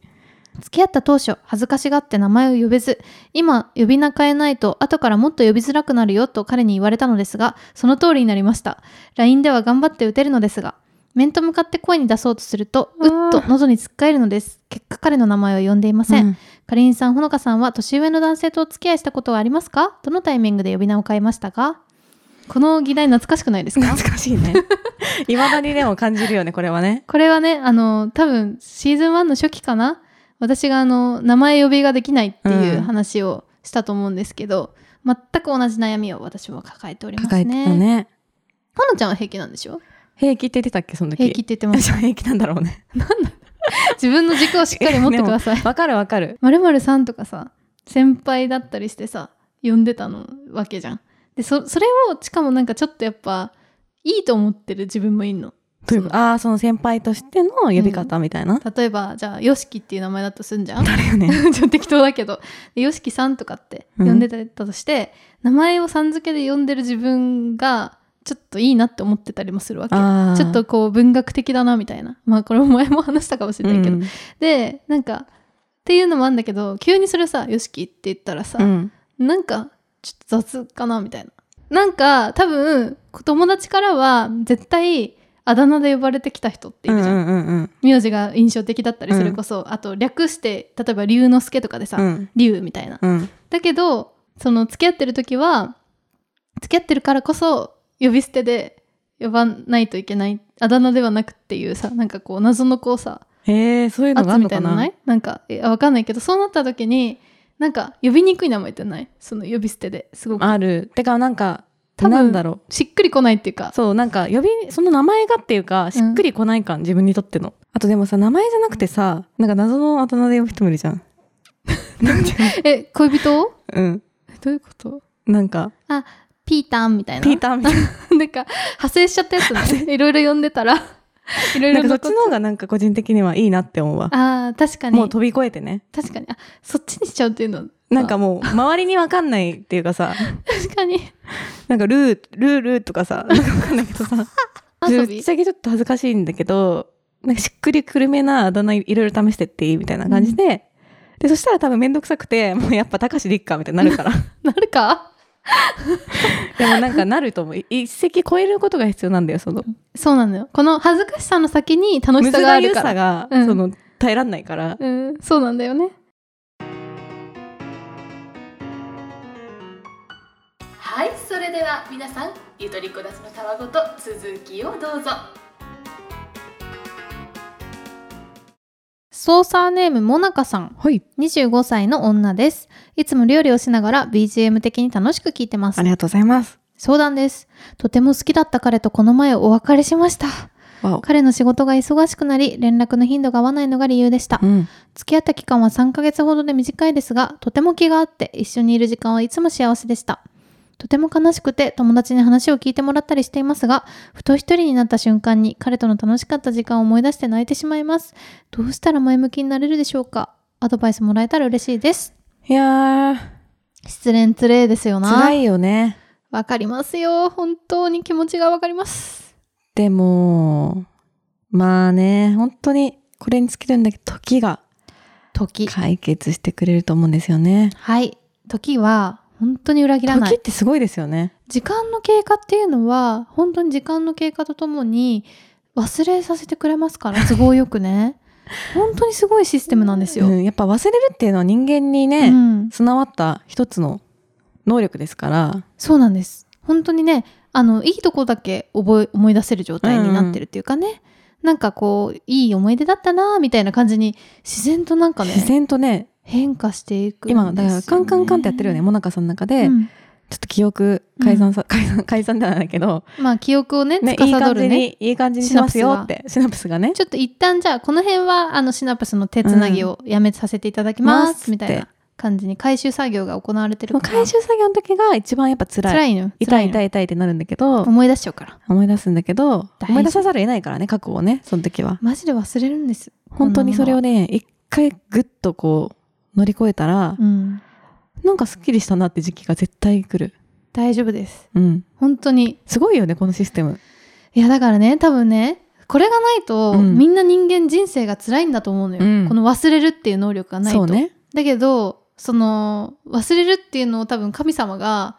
付き合った当初恥ずかしがって名前を呼べず今呼び名変えないと後からもっと呼びづらくなるよと彼に言われたのですがその通りになりました LINE では頑張って打てるのですが面と向かって声に出そうとするとうっと喉に突っかえるのです結果彼の名前を呼んでいません、うんかりんさんほのかさんは年上の男性とお付き合いしたことはありますかどのタイミングで呼び名を変えましたかこの議題懐かしくないですか懐かしい [LAUGHS] ね。いまだにでも感じるよね、これはね。これはねあの多分シーズン1の初期かな私があの名前呼びができないっていううん話をしたと思うんですけど、全く同じ悩みを私も抱えております抱えねてたね。ほのちゃんは平気なんでしょ平気って言ってたっけ、 [LAUGHS] その時。平気って言ってましじゃあ平気なんだろうね。た自分の軸をしっかり持ってくだ [LAUGHS] さいわかるわかる。まるまるさんとかさ先輩だったりしてさ呼んでたのわけじゃんでそそれをしかもなんかちょっとやっぱいいと思ってる自分もいんのということああ、その先輩としての呼び方みたいな。例えばじゃあ YOSHIKI っていう名前だとすんじゃん誰よね。 [LAUGHS] ちょっと適当だけどで YOSHIKI さんとかって呼んでたとして、名前をさん付けで呼んでる自分がちょっといいなって思ってたりもするわけ [LAUGHS] ああ。ちょっとこう文学的だなみたいなまあこれも前も話したかもしれうないけど、ん。でなんかっていうのもあるんだけど急にそれをさ「YOSHIKI」って言ったらさ、うん。なんかちょっと雑かなみたいななんか多分友達からは絶対あだ名で呼ばれてきた人っているじゃん、うんうんうん名字が印象的だったりうんそれこそ、あと略して例えば龍之介とかでさ、うん。龍みたいなうん。だけどその付き合ってる時は付き合ってるからこそ呼び捨てで呼ばないといけないあだ名ではなくっていうさなんかこう謎のこうさへえ、そういうのがあ圧るのみかたいなのなないなんかえわかんないけどそうなった時になんか呼びにくい名前ってないその呼び捨てですごくある。てか、なんか、多分なんだろしっくりこないっていうかう。そう、なんか、呼び、その名前がっていうか、しっくりこない感、自分にとっての。あとでもさ、名前じゃなくてさ、なんか謎のあだ名で呼ぶ人もいるじゃん。なんていうえ恋人の [LAUGHS] うん。え [LAUGHS] どういうことなんか、ピータンみたいなピーター [LAUGHS] みたいな。 [LAUGHS] なんか派生しちゃったやつねいろいろ呼んでたらいろいなろんかそっ残ちの方がなんか個人的にはいいなって思うわ。あー確かにもう飛び越えてね。確かにあそっちにしちゃうっていうのはなんかもう、周りにわかんないっていうかさ、確かになんかルー、ルールーとかさ、 [LAUGHS] なんかわかんないけどさ、ぶ遊っびちゃけちょっと恥ずかしいんだけど、なんかしっくりくるめなあだ名いろいろ試してっていいみたいな感じで、で、そしたら多分めんどくさくて、もうやっぱ高橋でいっかみたいになる [LAUGHS] から。 [LAUGHS] なるかでもなんかなると思う。い一石超えることが必要なんだよ、その。そうなのよこの恥ずかしさの先に楽し難さがあしるかさらが、うんその、耐えらんないから。うんそうなんだよねはいそれでは皆さんゆとりこだすのたわごと続きをどうぞソーサーネームもなかさんはい。 25歳の女ですいつも料理をしながら BGM 的に楽しく聞いてますありがとうございます。相談ですとても好きだった彼とこの前お別れしましたわお。彼の仕事が忙しくなり連絡の頻度が合わないのが理由でしたうん。付き合った期間は3ヶ月ほどで短いですがとても気があって一緒にいる時間はいつも幸せでしたとても悲しくて友達に話を聞いてもらったりしていますがふと一人になった瞬間に彼との楽しかった時間を思い出して泣いてしまいますどうしたら前向きになれるでしょうかアドバイスもらえたら嬉しいですいやー、失恋つれですよな辛いよね。わかりますよ本当に気持ちがわかりますでも、まあね、本当に、これに尽きるんだけど、時が時解決してくれると思うんですよね。はい時は本当に裏切らない時ってすごいですよね。時間の経過っていうのは本当に時間の経過とともに忘れさせてくれますから [LAUGHS] 都合よくね本当にすごいシステムなんですよ、うん、やっぱ忘れるっていうのは人間にうね、ん、備わった一つの能力ですから、そうなんです本当にねあのいいとこだけ覚え思い出せる状態になってるっていうかね、なんかこういい思い出だったなみたいな感じに自然となんかね自然とね変化していくんですよね、今だからカンカンカンってやってるよねもなかさんの中で、うんちょっと記憶改ざんさ、改ざん [LAUGHS] 改ざんじゃないんだけど、まあ記憶をねね、司いい感るじねにいい感じにしますよってシナプスがねちょっと一旦じゃあこの辺はあのシナプスの手つなぎをやめさせていただきまますっす、てみたいな感じに回収作業が行われてるもうから回収作業の時が一番やっぱ辛い辛いの痛い辛の痛い痛いってなるんだけど思い出しちゃうから思い出すんだけど大事思い出さざるを得ないからね過去をねその時はマジで忘れるんです本当にそれをね、ね一回グッとこう乗り越えたら、うん、なんかすっきりしたなって時期が絶対来る大丈夫ですうん本当にすごいよねこのシステムいやだからね多分ねこれがないと、うんみんな人間人生が辛いんだと思うのよ、うんこの忘れるっていう能力がないそと、うねだけどその忘れるっていうのを多分神様が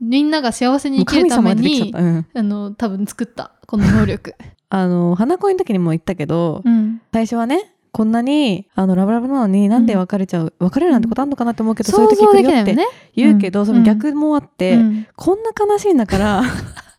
みんなが幸せにもう生きる神ため様が出てきちゃっにた、うん、あの多分作ったこの [LAUGHS] 能力、あの花恋の時にも言ったけど、うん、最初はねこんなにあのラブラブなのになんで別れちゃう、別れるなんてことあんのかなって思うけど、そういう時来るよってね、言うけど、うんその逆もあって、うんこんな悲しいんだから [LAUGHS]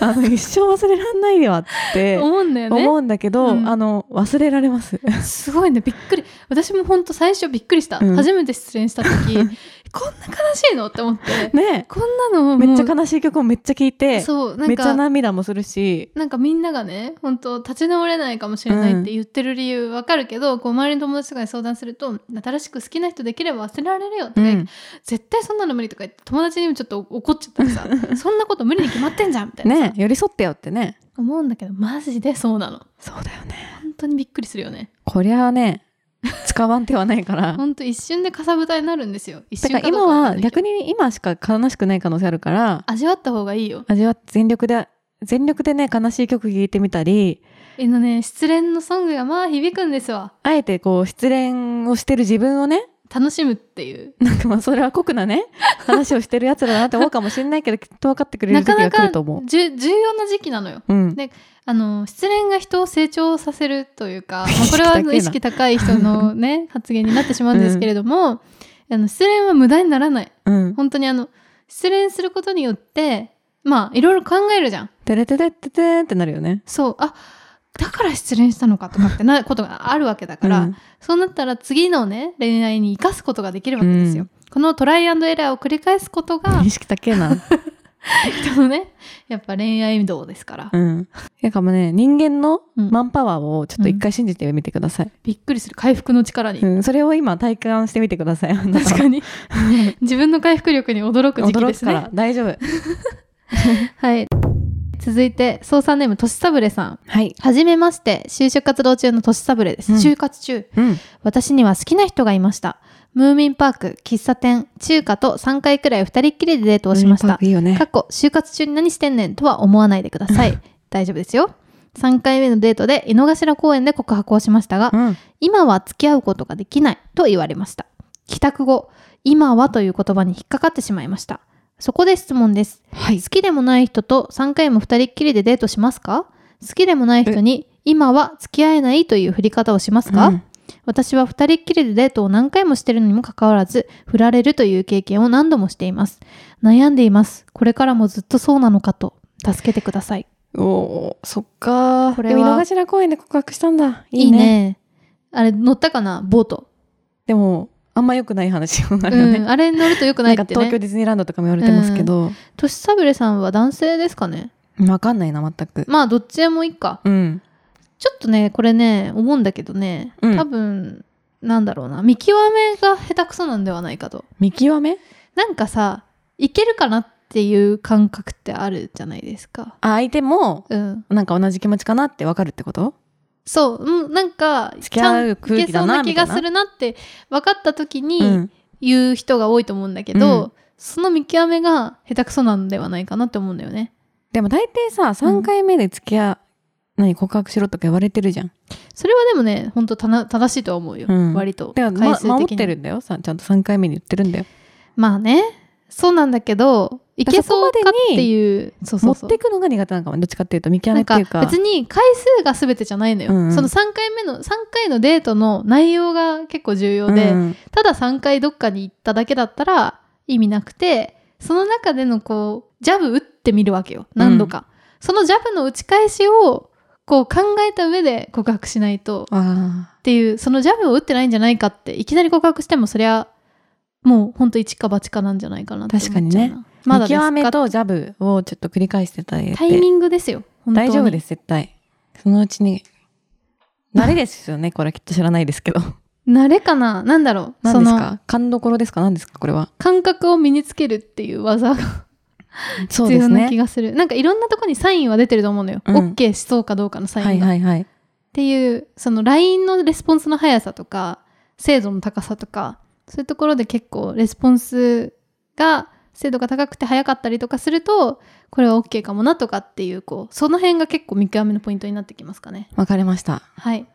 あの一生忘れらんないわって思うんだよ思ねうんだけど、うんあの忘れられ [LAUGHS] ます。すごいねびっくり私も本当最初びっくりした、うん初めて失恋した時 [LAUGHS] こんな悲しいのって思ってねこんなのも [LAUGHS] うめっちゃ悲しい曲もめっちゃ聴いてそうなめんっちゃか涙もするしなんかみんながね本当立ち直れないかもしれないって言ってる理由わかるけど、こう周りの友達とかに相談すると新しく好きな人できれば忘れられるよとか言って、うん絶対そんなの無理とか言って友達にもちょっと怒っちゃったりさそんなこと無理に決まってんじゃんみたいなさ、ね寄り添ってよってね思うんだけどマジでそうなのそうだよね本当にびっくりするよねこりゃあね使わん手はないから [LAUGHS] ほんと一瞬でかさぶたになるんですよ一だ瞬からど今うかわかんはないけど逆に今しか悲しくない可能性あるから味わった方がいいよ味は全力で全力でね悲しい曲聴いてみたりえのね失恋のソングがまあ響くんですわあえてこう失恋をしてる自分をね [LAUGHS] 楽しむっていうなんかまあそれは酷な [LAUGHS] ね話をしてるやつらだなって思うかもしれないけどきっと分かってくれるな時期か [LAUGHS] なが来かると思う。じゅ重要な時期なのようんねあの失恋が人を成長させるというか、まあ、これ [LAUGHS] は意意識識高い人の [LAUGHS] ね発言になってしまうんですけれども、あの失恋は無駄にならないうん。本当にあの失恋することによってまあいろいろ考えるじゃんてれてれててーんってなるよね。そうあだから失恋したのかとかってなことがあるわけだうから、ん。そうなったら次のね恋愛に生かすことができるわけですよ、うんこのトライアンドエラーを繰り返すことが意識高えな。 [LAUGHS] 人のねやっぱ恋愛道ですから、うん。だからもうね人間のうんマンパワーをちょっと一回信じてみてください。びっくりする回復の力に、うん。それを今体感してみてください。確確 [LAUGHS] かに自分の回復力に驚く時期驚でくすからね大丈夫。はい続いて操作ネームとしさぶれさんはい。はじめまして就職活動中のとしさぶれです、うん就活中うん。私には好きな人がいましたムーミンパーク喫茶店中華と3回くらい2人っきりでデートをしましうんパーたクいいよね過。去就活中に何してんねんとは思わないでくだ [LAUGHS] さい大丈夫ですよ3回目のデートで井の頭公園で告白をしましたが、うん。今は付き合うことができないと言われました帰宅後今はという言葉に引っかかってしまいましたそこで質問です、はい好きでもない人と3回も2人っきりでデートしますか好きでもない人に今は付き合えないという振り方をしますか、うん私は2人っきりでデートを何回もしてるのにもかかわらず振られるという経験を何度もしています悩んでいますこれからもずっとそうなのかと助けてくださいおーそっかー。これはでも井の頭公園で告白したんだ。いい。ねあれ乗ったかなボート、でもあんま良くない話になるよね。うん、あれ乗るとよくなないんってかね東京ディズニーランドとかも言われてますけど、としさぶれさんは男性ですかねわかんないな全く。まあどっちでもいいかうん。ちょっとねこれね思うんだけどね、うん多分なんだろうな見極めが下手くそなんではないかと見極め？なんかさいけるかなっていう感覚ってあるじゃないですかあ相手もうんなんか同じ気持ちかなってわかるってこと？そう、うん、なんか付き合う空気だなちゃんといけみたそうな気いがなするなって分かった時うにん。言う人が多いと思うんだけど、うんその見極めが下手くそなんではないかなって思うんだよねでも大抵さ三回目で付き合う、何告白しろとか言われてるじゃん。それはでもね本当たな正しいとは思うよ、うん割だとから、ま、回数的に守ってるんだよさちゃんと三回目に言ってるんだよ。まあねそうなんだけどいけそうかっていうそうそ持うっそうていくのが苦手なのかもどっちかっていうと見極なめっんてかいうか別に回数が全てじゃないのよ、うんうんその3回目の3回のデートの内容が結構重要で、うんただ3回どっかに行っただけだったら意味なくてその中でのこうジャブ打ってみるわけよ何度か、そのジャブの打ち返しをこう考えた上で告白しないとあっていうそのジャブを打ってないんじゃないかっていきなり告白してもそりゃもうほんと一か八かなんじゃないかなって思っちゃうな確かにねまあだ見です極めかとジャブをちょっと繰り返してたりタイミングですよ本当に大丈夫ですす絶対そのうちに慣れですよ [LAUGHS] ねこれきっと知らないですけど慣れかななんだろうそ何ですのか勘どころですか何ですかこれは感覚を身につけるっていう技がそう必で要すなね気がするなんかいろんなとこにサインは出てると思うのよ、うん OK しそうかどうかのサインが、はいはいはいっていうその LINE のレスポンスの速さとか精度の高さとかそういうところで結構レスポンスが精度が高くて速かったりとかするとこれは OK かもなとかっていうこうその辺が結構見極めのポイントになってきますかねわかりましたはい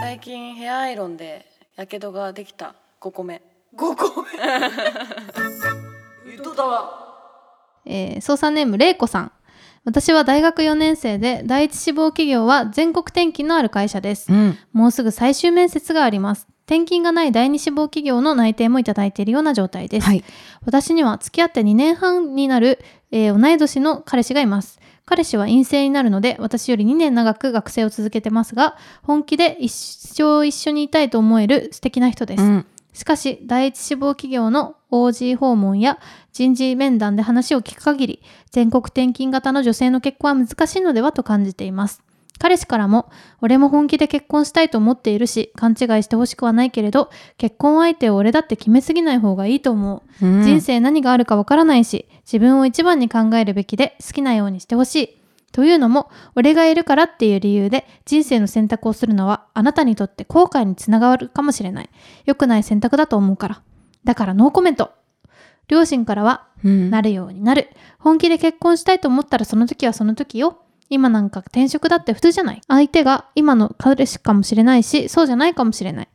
最近ヘアアイロンでやけどができた5個目5個目ゆとたわえー操作ネームれいこさん私は大学4年生で第一志望企業は全国転勤のある会社ですうんもうすぐ最終面接があります転勤がない第二志望企業の内定もいただいているような状態です、はい私には付き合って2年半になる、えー同い年の彼氏がいます彼氏は陰性になるので私より2年長く学生を続けてますが本気で一生一緒にいたいと思える素敵な人です、うんしかし第一志望企業の OG 訪問や人事面談で話を聞く限り全国転勤型の女性の結婚は難しいのではと感じています彼氏からも俺も本気で結婚したいと思っているし勘違いしてほしくはないけれど結婚相手を俺だって決めすぎない方がいいと思ううん人生何があるかわからないし自分を一番に考えるべきで好きなようにしてほしいというのも俺がいるからっていう理由で人生の選択をするのはあなたにとって後悔につながるかもしれない良くない選択だと思うからだからノーコメント両親からはうんなるようになる本気で結婚したいと思ったらその時はその時よ今なんか転職だって普通じゃない相手が今の彼氏かもしれないしそうじゃないかもしれない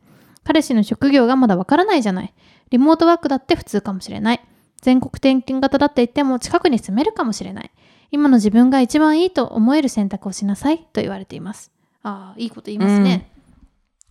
彼氏の職業がまだわからないじゃないリモートワークだって普通かもしれない全国転勤型だって言っても近くに住めるかもしれない今の自分が一番いいと思える選択をしなさいと言われていますああいいこと言いますね、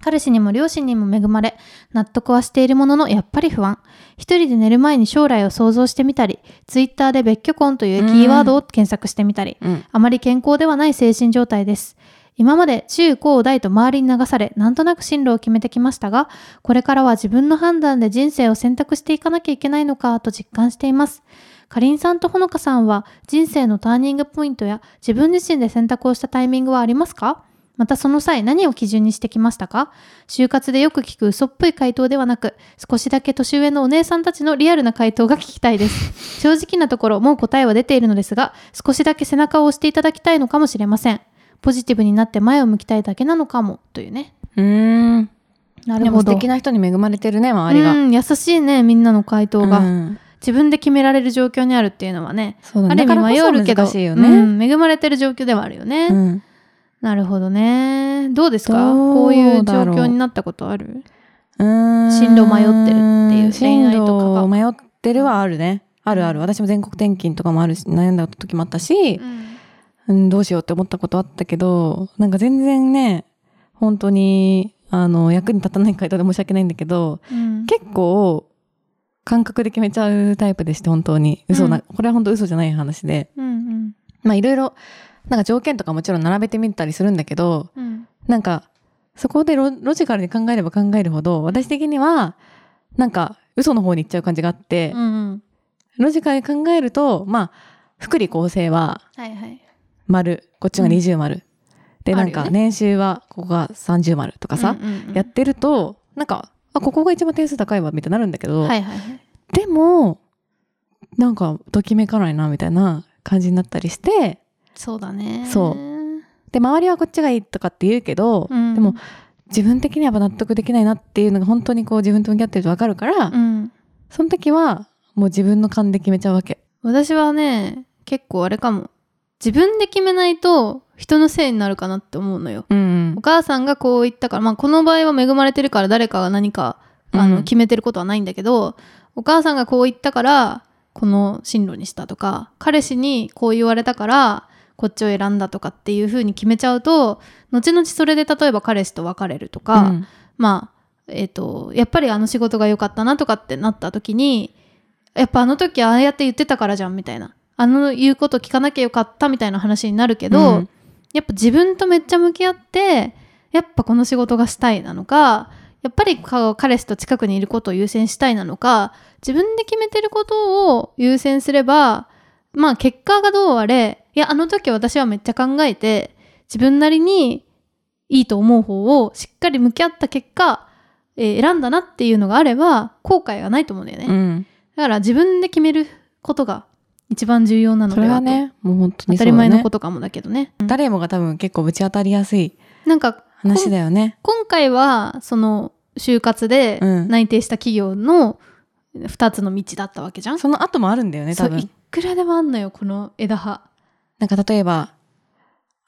彼氏にも両親にも恵まれ納得はしているもののやっぱり不安一人で寝る前に将来を想像してみたりツイッターで別居婚というキーワードを検索してみたり、うんあまり健康ではない精神状態です。今まで中高大と周りに流され、なんとなく進路を決めてきましたが、これからは自分の判断で人生を選択していかなきゃいけないのかと実感しています。かりんさんとほのかさんは人生のターニングポイントや自分自身で選択をしたタイミングはありますかまたその際何を基準にしてきましたか就活でよく聞く嘘っぽい回答ではなく少しだけ年上のお姉さんたちのリアルな回答が聞きたいです正直なところもう答えは出ているのですが少しだけ背中を押していただきたいのかもしれませんポジティブになって前を向きたいだけなのかもというねうんなでも素敵な人に恵まれてるね周りがうん優しいねみんなの回答が、うん自分で決められる状況にあるっていうのはねそうだあるね意味迷うだけからこそ難ど、しいようねん恵まれてる状況ではあるよね、うんなるほどねどうですかどうこういう状だろう況になったことあるうん進路迷ってるっていう恋愛とかが進路迷ってるはあるねあるある私も全国転勤とかもあるし悩んだ時もあったし、うん、どうしようって思ったことあったけど、なんか全然ね、本当に、あの、役に立たない回答で申し訳ないんだけど、うん結構、感覚で決めちゃうタイプでして、本当に。嘘な、これは本当嘘じゃない話で。うんまあ、いろいろ、なんか条件とかもちろん並べてみたりするんだけど、うんうんなんか、そこでロロジカルに考えれば考えるほど、私的には、なんか、嘘の方に行っちゃう感じがあってう、んロジカルに考えると、まあ、福利厚生は、はいはい丸こっちがうん20丸、であなるんよねか年収はここが30丸とかさ、うんうんうんやってるとなんかあここが一番点数高いわみたいになるんだけど、はいはいはいでもなんかときめかないなみたいな感じになったりしてそうだねそうで周りはこっちがいいとかって言うけど、うんでも自分的にはやっぱ納得できないなっていうのが本当にこう自分と向き合ってると分かるから、うんその時はもう自分の勘で決めちゃうわけ。私はね結構あれかも自分で決めないと人のせいになるかなって思うのようんお母さんがこう言ったから、まあ、この場合は恵まれてるから誰かが何かあの、うん決めてることはないんだけどお母さんがこう言ったからこの進路にしたとか彼氏にこう言われたからこっちを選んだとかっていうふうに決めちゃうと後々それで例えば彼氏と別れるとか、うんまあえっ、とやっぱりあの仕事が良かったなとかってなった時にやっぱあの時ああやって言ってたからじゃんみたいなあの言うこと聞かなきゃよかったみたいな話になるけど、うんやっぱ自分とめっちゃ向き合ってやっぱこの仕事がしたいなのかやっぱりか彼氏と近くにいることを優先したいなのか自分で決めてることを優先すればまあ結果がどうあれいやあの時私はめっちゃ考えて自分なりにいいと思う方をしっかり向き合った結果、えー選んだなっていうのがあれば後悔がないと思うんだよね、うだんから自分で決めることが一番重要なのそれでははと、ねもう本当当にたそうだねり前のことかもだけどね、うん誰もが多分結構ぶち当たりやすいなんか話だよね今回はその就活でうん内定した企業の2つの道だったわけじゃん、その後もあるんだよねそ多うい分くらでもあんのよこの枝葉、なんか例えば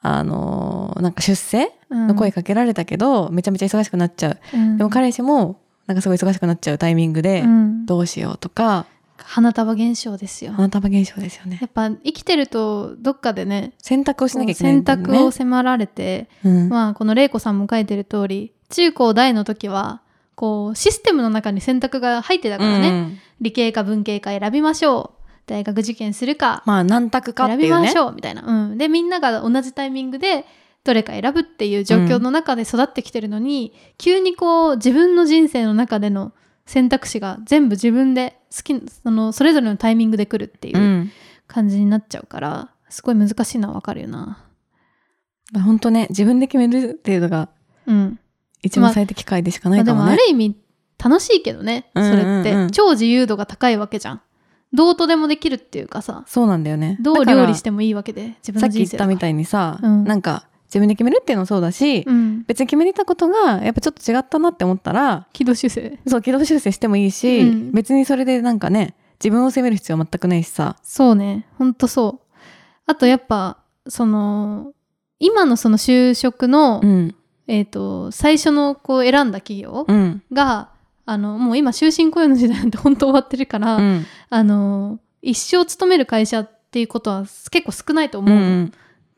あのーなんか出世うんの声かけられたけど、めちゃめちゃ忙しくなっちゃううんでも彼氏もなんかすごい忙しくなっちゃうタイミングで、うんどうしようとか花束現象ですよ花束現象ですよねやっぱ生きてるとどっかでね選択をしなきゃいけない選んだよね択を迫られて、うんまあこの玲子さんも書いてる通り中高大の時はこうシステムの中に選択が入ってたからね、うん理系か文系か選びましょう大学受験するか、まあ何択かって選いびうまねしょうみたいな、うん、でみんなが同じタイミングでどれか選ぶっていう状況の中で育ってきてるのに、急にこう自分の人生の中での選択肢が全部自分で好きそのそれぞれのタイミングで来るっていううん感じになっちゃうから、すごい難しいのはわかるよな。まあ本当ね自分で決めるっていうのがうん一番最適解でしかなまあいでかももあね、る意味楽しいけどねそうんれうって、んうん超自由度が高いわけじゃんどうとでもできるっていうかさそうなんだよねどうだから料理してもいいわけで自分さのっき言人っ生たみたいいにさ、うんなんか自分で決めるっていうのもそうだし、うん別に決めてたことがやっぱちょっと違ったなって思ったら軌道修正そう軌道修正してもいいし、うん別にそれでなんかね自分を責める必要は全くないしさ、そうねほんとそうあとやっぱその今のその就職の、うんえっ、と最初のこう選んだ企業うんが、あのもう今終身雇用の時代なんて本当終わってるから、うんあの一生勤める会社っていうことは結構少ないと思ううの、んっ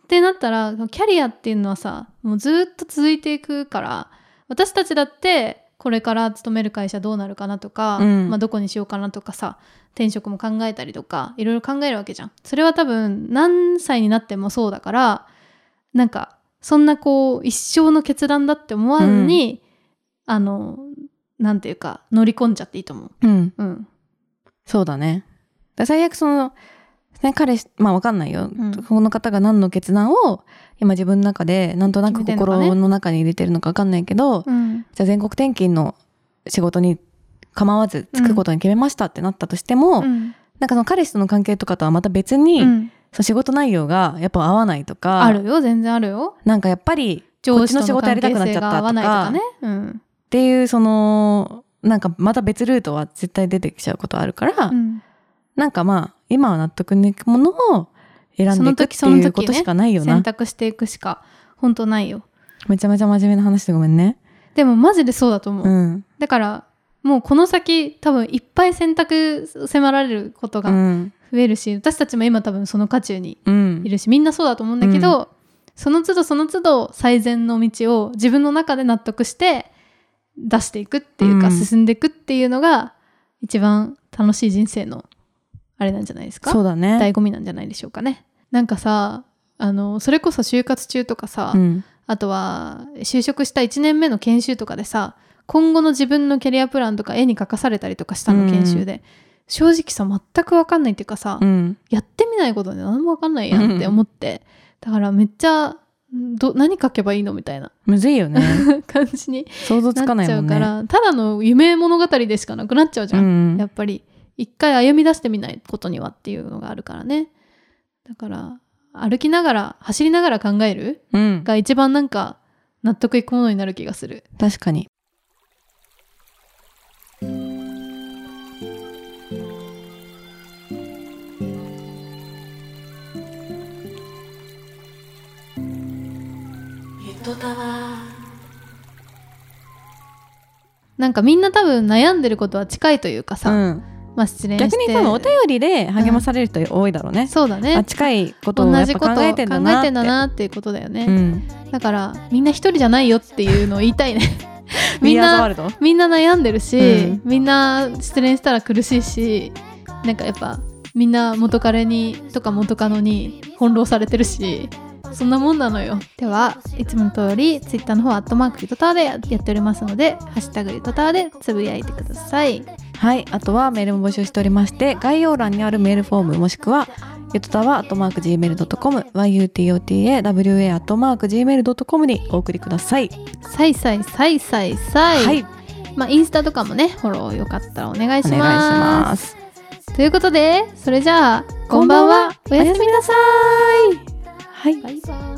てなったらキャリアっていうのはさもうずっと続いていくから私たちだってこれから勤める会社どうなるかなとか、うんまあ、どこにしようかなとかさ転職も考えたりとかいろいろ考えるわけじゃんそれは多分何歳になってもそうだからなんかそんなこう一生の決断だって思わずに、あのなんていうか乗り込んじゃっていいと思ううんうんそうだねだから最悪その、ね、彼氏まあわかんないよ、うんこの方が何の決断を今自分の中でなんとなく決めてんのかね心の中に入れてるのかわかんないけど、うんじゃあ全国転勤の仕事に構わずつくことに決めましたってなったとしても、うんなんかその彼氏との関係とかとはまた別に、その仕事内容がやっぱ合わないとかあるよ全然あるよなんかやっぱりこ上っち司の仕との事や関りたく係なっちゃ性ったとが合かわないとかね、うんっていうそのなんかまた別ルートは絶対出てきちゃうことあるから、うんなんかまあ今は納得のいくものを選んでいくってその時いうことその時ねしかないよな、選択していくしか本当ないよめちゃめちゃ真面目な話でごめんねでもマジでそうだと思う、うんだからもうこの先多分いっぱい選択迫られることうがん増えるし、私たちも今多分その渦中にうんいるしみんなそうだと思うんだけど、その都度その都度最善の道を自分の中で納得して出していくっていうか、うん進んでいくっていうのが一番楽しい人生のあれなんじゃないですかそうだね醍醐味なんじゃないでしょうかね。なんかさあのそれこそ就活中とかさ、うんあとは就職した1年目の研修とかでさ今後の自分のキャリアプランとか絵に描かされたりとかしたうのん研修で、正直さ全く分かんないっていうかさ、うんやってみないことで何も分かんないやんって思って、だからめっちゃど何描けばいいのみたいな [LAUGHS] むずいよね感じに想像つかななっいちゃもうんかねら、ただの夢物語でしかなくなっちゃうじゃ、うんんやっぱり一回歩み出してみないことにはっていうのがあるからねだから歩きながら走りながら考えるうんが一番なんか納得いくものになる気がする確かにゆとたわなんかみんな多分悩んでることは近いというかさ、うん、まあ失恋して逆に多分お便りで励まされる人多いだろうね、そうだあね近いことをや同っじこぱと考え考えててんんだだなってなっていうことだよね、うん、だからみんな一人じゃないよっていうのを言いたいねみみんんななワールドみんな悩んでるし、うんみんな失恋したら苦しいしなんかやっぱみんな元彼にとか元カノに翻弄されてるしそんなもんなのよではいつもの通りツイッターの方は「アットマークリトタワー」でやっておりますので「ハッシュタグリトタワー」でつぶやいてくださいはいあとはメールも募集しておりまして概要欄にあるメールフォームもしくはゆとたわ atmarkgmail.com yutotawa atmarkgmail.com にお送りくださいさいさいさいさいさい、まあインスタとかもねフォローよかったらお願いしお願いしますますということでそれじゃあこんばんはおやすみなさいはいバイバイ